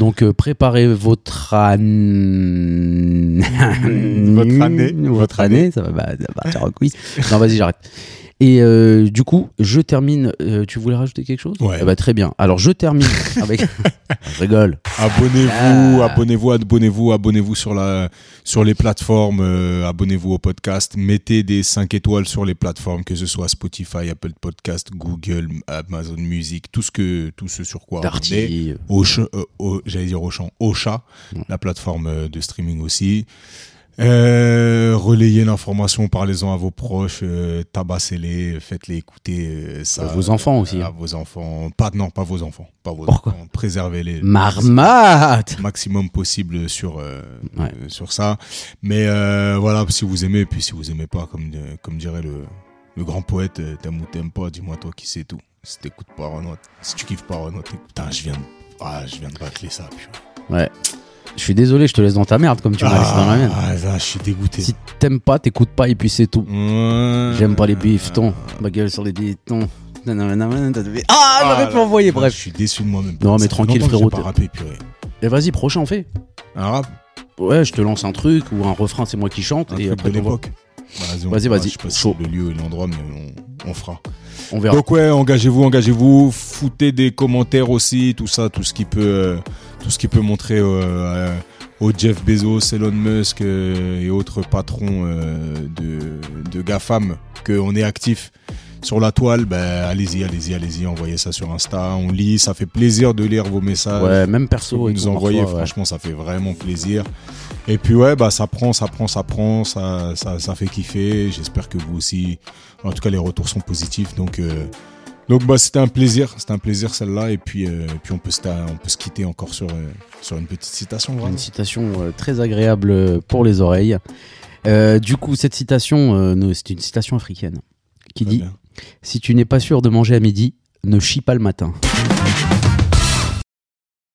C: Donc euh, préparez votre année,
B: Votre année, votre
C: votre année, ça va, bah, ça va partir en couille. Non vas-y j'arrête. Et euh, du coup, je termine. euh, tu voulais rajouter quelque chose
B: Ouais.
C: Eh ben, très bien. Alors, je termine avec. je rigole.
B: Abonnez-vous,
C: Ah.
B: abonnez-vous, abonnez-vous, abonnez-vous sur, la, sur les plateformes, euh, abonnez-vous au podcast, mettez des 5 étoiles sur les plateformes, que ce soit Spotify, Apple Podcast, Google, Amazon Music, tout ce, que, tout ce sur quoi on est.
C: Darty.
B: Auch- euh, au- j'allais dire Auchan, Ocha,
C: Mm.
B: la plateforme euh, de streaming aussi. Euh, relayez l'information, parlez-en à vos proches, euh, tabassez-les, faites-les écouter euh, ça.
C: À vos enfants aussi. hein.
B: À vos enfants. Pas, non, pas vos enfants. Pas vos
C: Pourquoi
B: enfants. Préservez-les
C: Marmate
B: le maximum possible sur, euh,
C: Ouais.
B: euh, sur ça. Mais euh, voilà, si vous aimez, puis si vous aimez pas, comme, euh, comme dirait le, le grand poète, euh, t'aimes ou t'aimes pas, dis-moi toi qui sais tout. Si t'écoutes pas Renaud, si tu kiffes pas Renaud, t'écoutes- putain, je viens de. Ah, je viens de bâcler ça. Putain.
C: Ouais. Je suis désolé, je te laisse dans ta merde comme tu m'as laissé dans la
B: ah,
C: mienne.
B: ah, là, je suis dégoûté.
C: Si t'aimes pas, t'écoutes pas et puis c'est tout.
B: Ouais.
C: J'aime pas les biftons. Ma gueule sur les biftons. Nanana, t'as fait-
B: Ah,
C: Ah, j'aurais
B: là,
C: pu envoyer,
B: putain, Je
C: bref.
B: suis déçu de moi-même.
C: Non, mais
B: Ça fait
C: tranquille,
B: longtemps que j'ai
C: frérot,
B: pas
C: t'es-
B: rappé, purée.
C: Et Eh, vas-y, prochain, on fait.
B: Un rap,
C: Ouais, je te lance un truc ou un refrain, c'est moi qui chante.
B: un
C: et
B: truc
C: après,
B: de
C: on, voit-
B: l'époque. on
C: Vas-y,
B: verra,
C: vas-y,
B: Je sais pas si
C: chaud.
B: le lieu et l'endroit, mais on, on fera.
C: on verra.
B: Donc ouais, engagez-vous, engagez-vous, foutez des commentaires aussi, tout ça, tout ce qui peut, euh, tout ce qui peut montrer euh, à- aux Jeff Bezos, Elon Musk euh, et autres patrons euh, de, de GAFAM qu'on est actif sur la toile. Ben, allez-y, allez-y, allez-y, envoyez ça sur Insta, on lit, ça fait plaisir de lire vos messages.
C: ouais, même
B: que
C: perso.
B: vous
C: et
B: euh, nous
C: tout,
B: envoyez,
C: parfois, ouais.
B: franchement, ça fait vraiment plaisir. Et puis ouais, bah ça prend, ça prend, ça prend, ça, ça, ça fait kiffer. J'espère que vous aussi. En tout cas, les retours sont positifs, donc euh, donc bah c'était un plaisir, c'était un plaisir celle-là. Et puis euh, puis on peut se ta- on peut se quitter encore sur euh, sur une petite citation. vraiment.
C: Une citation euh, très agréable euh, pour les oreilles. Euh, du coup, cette citation, euh, nous- c'est une citation africaine qui
B: Très
C: dit
B: bien.
C: Si tu n'es pas sûr de manger à midi, ne chie pas le matin.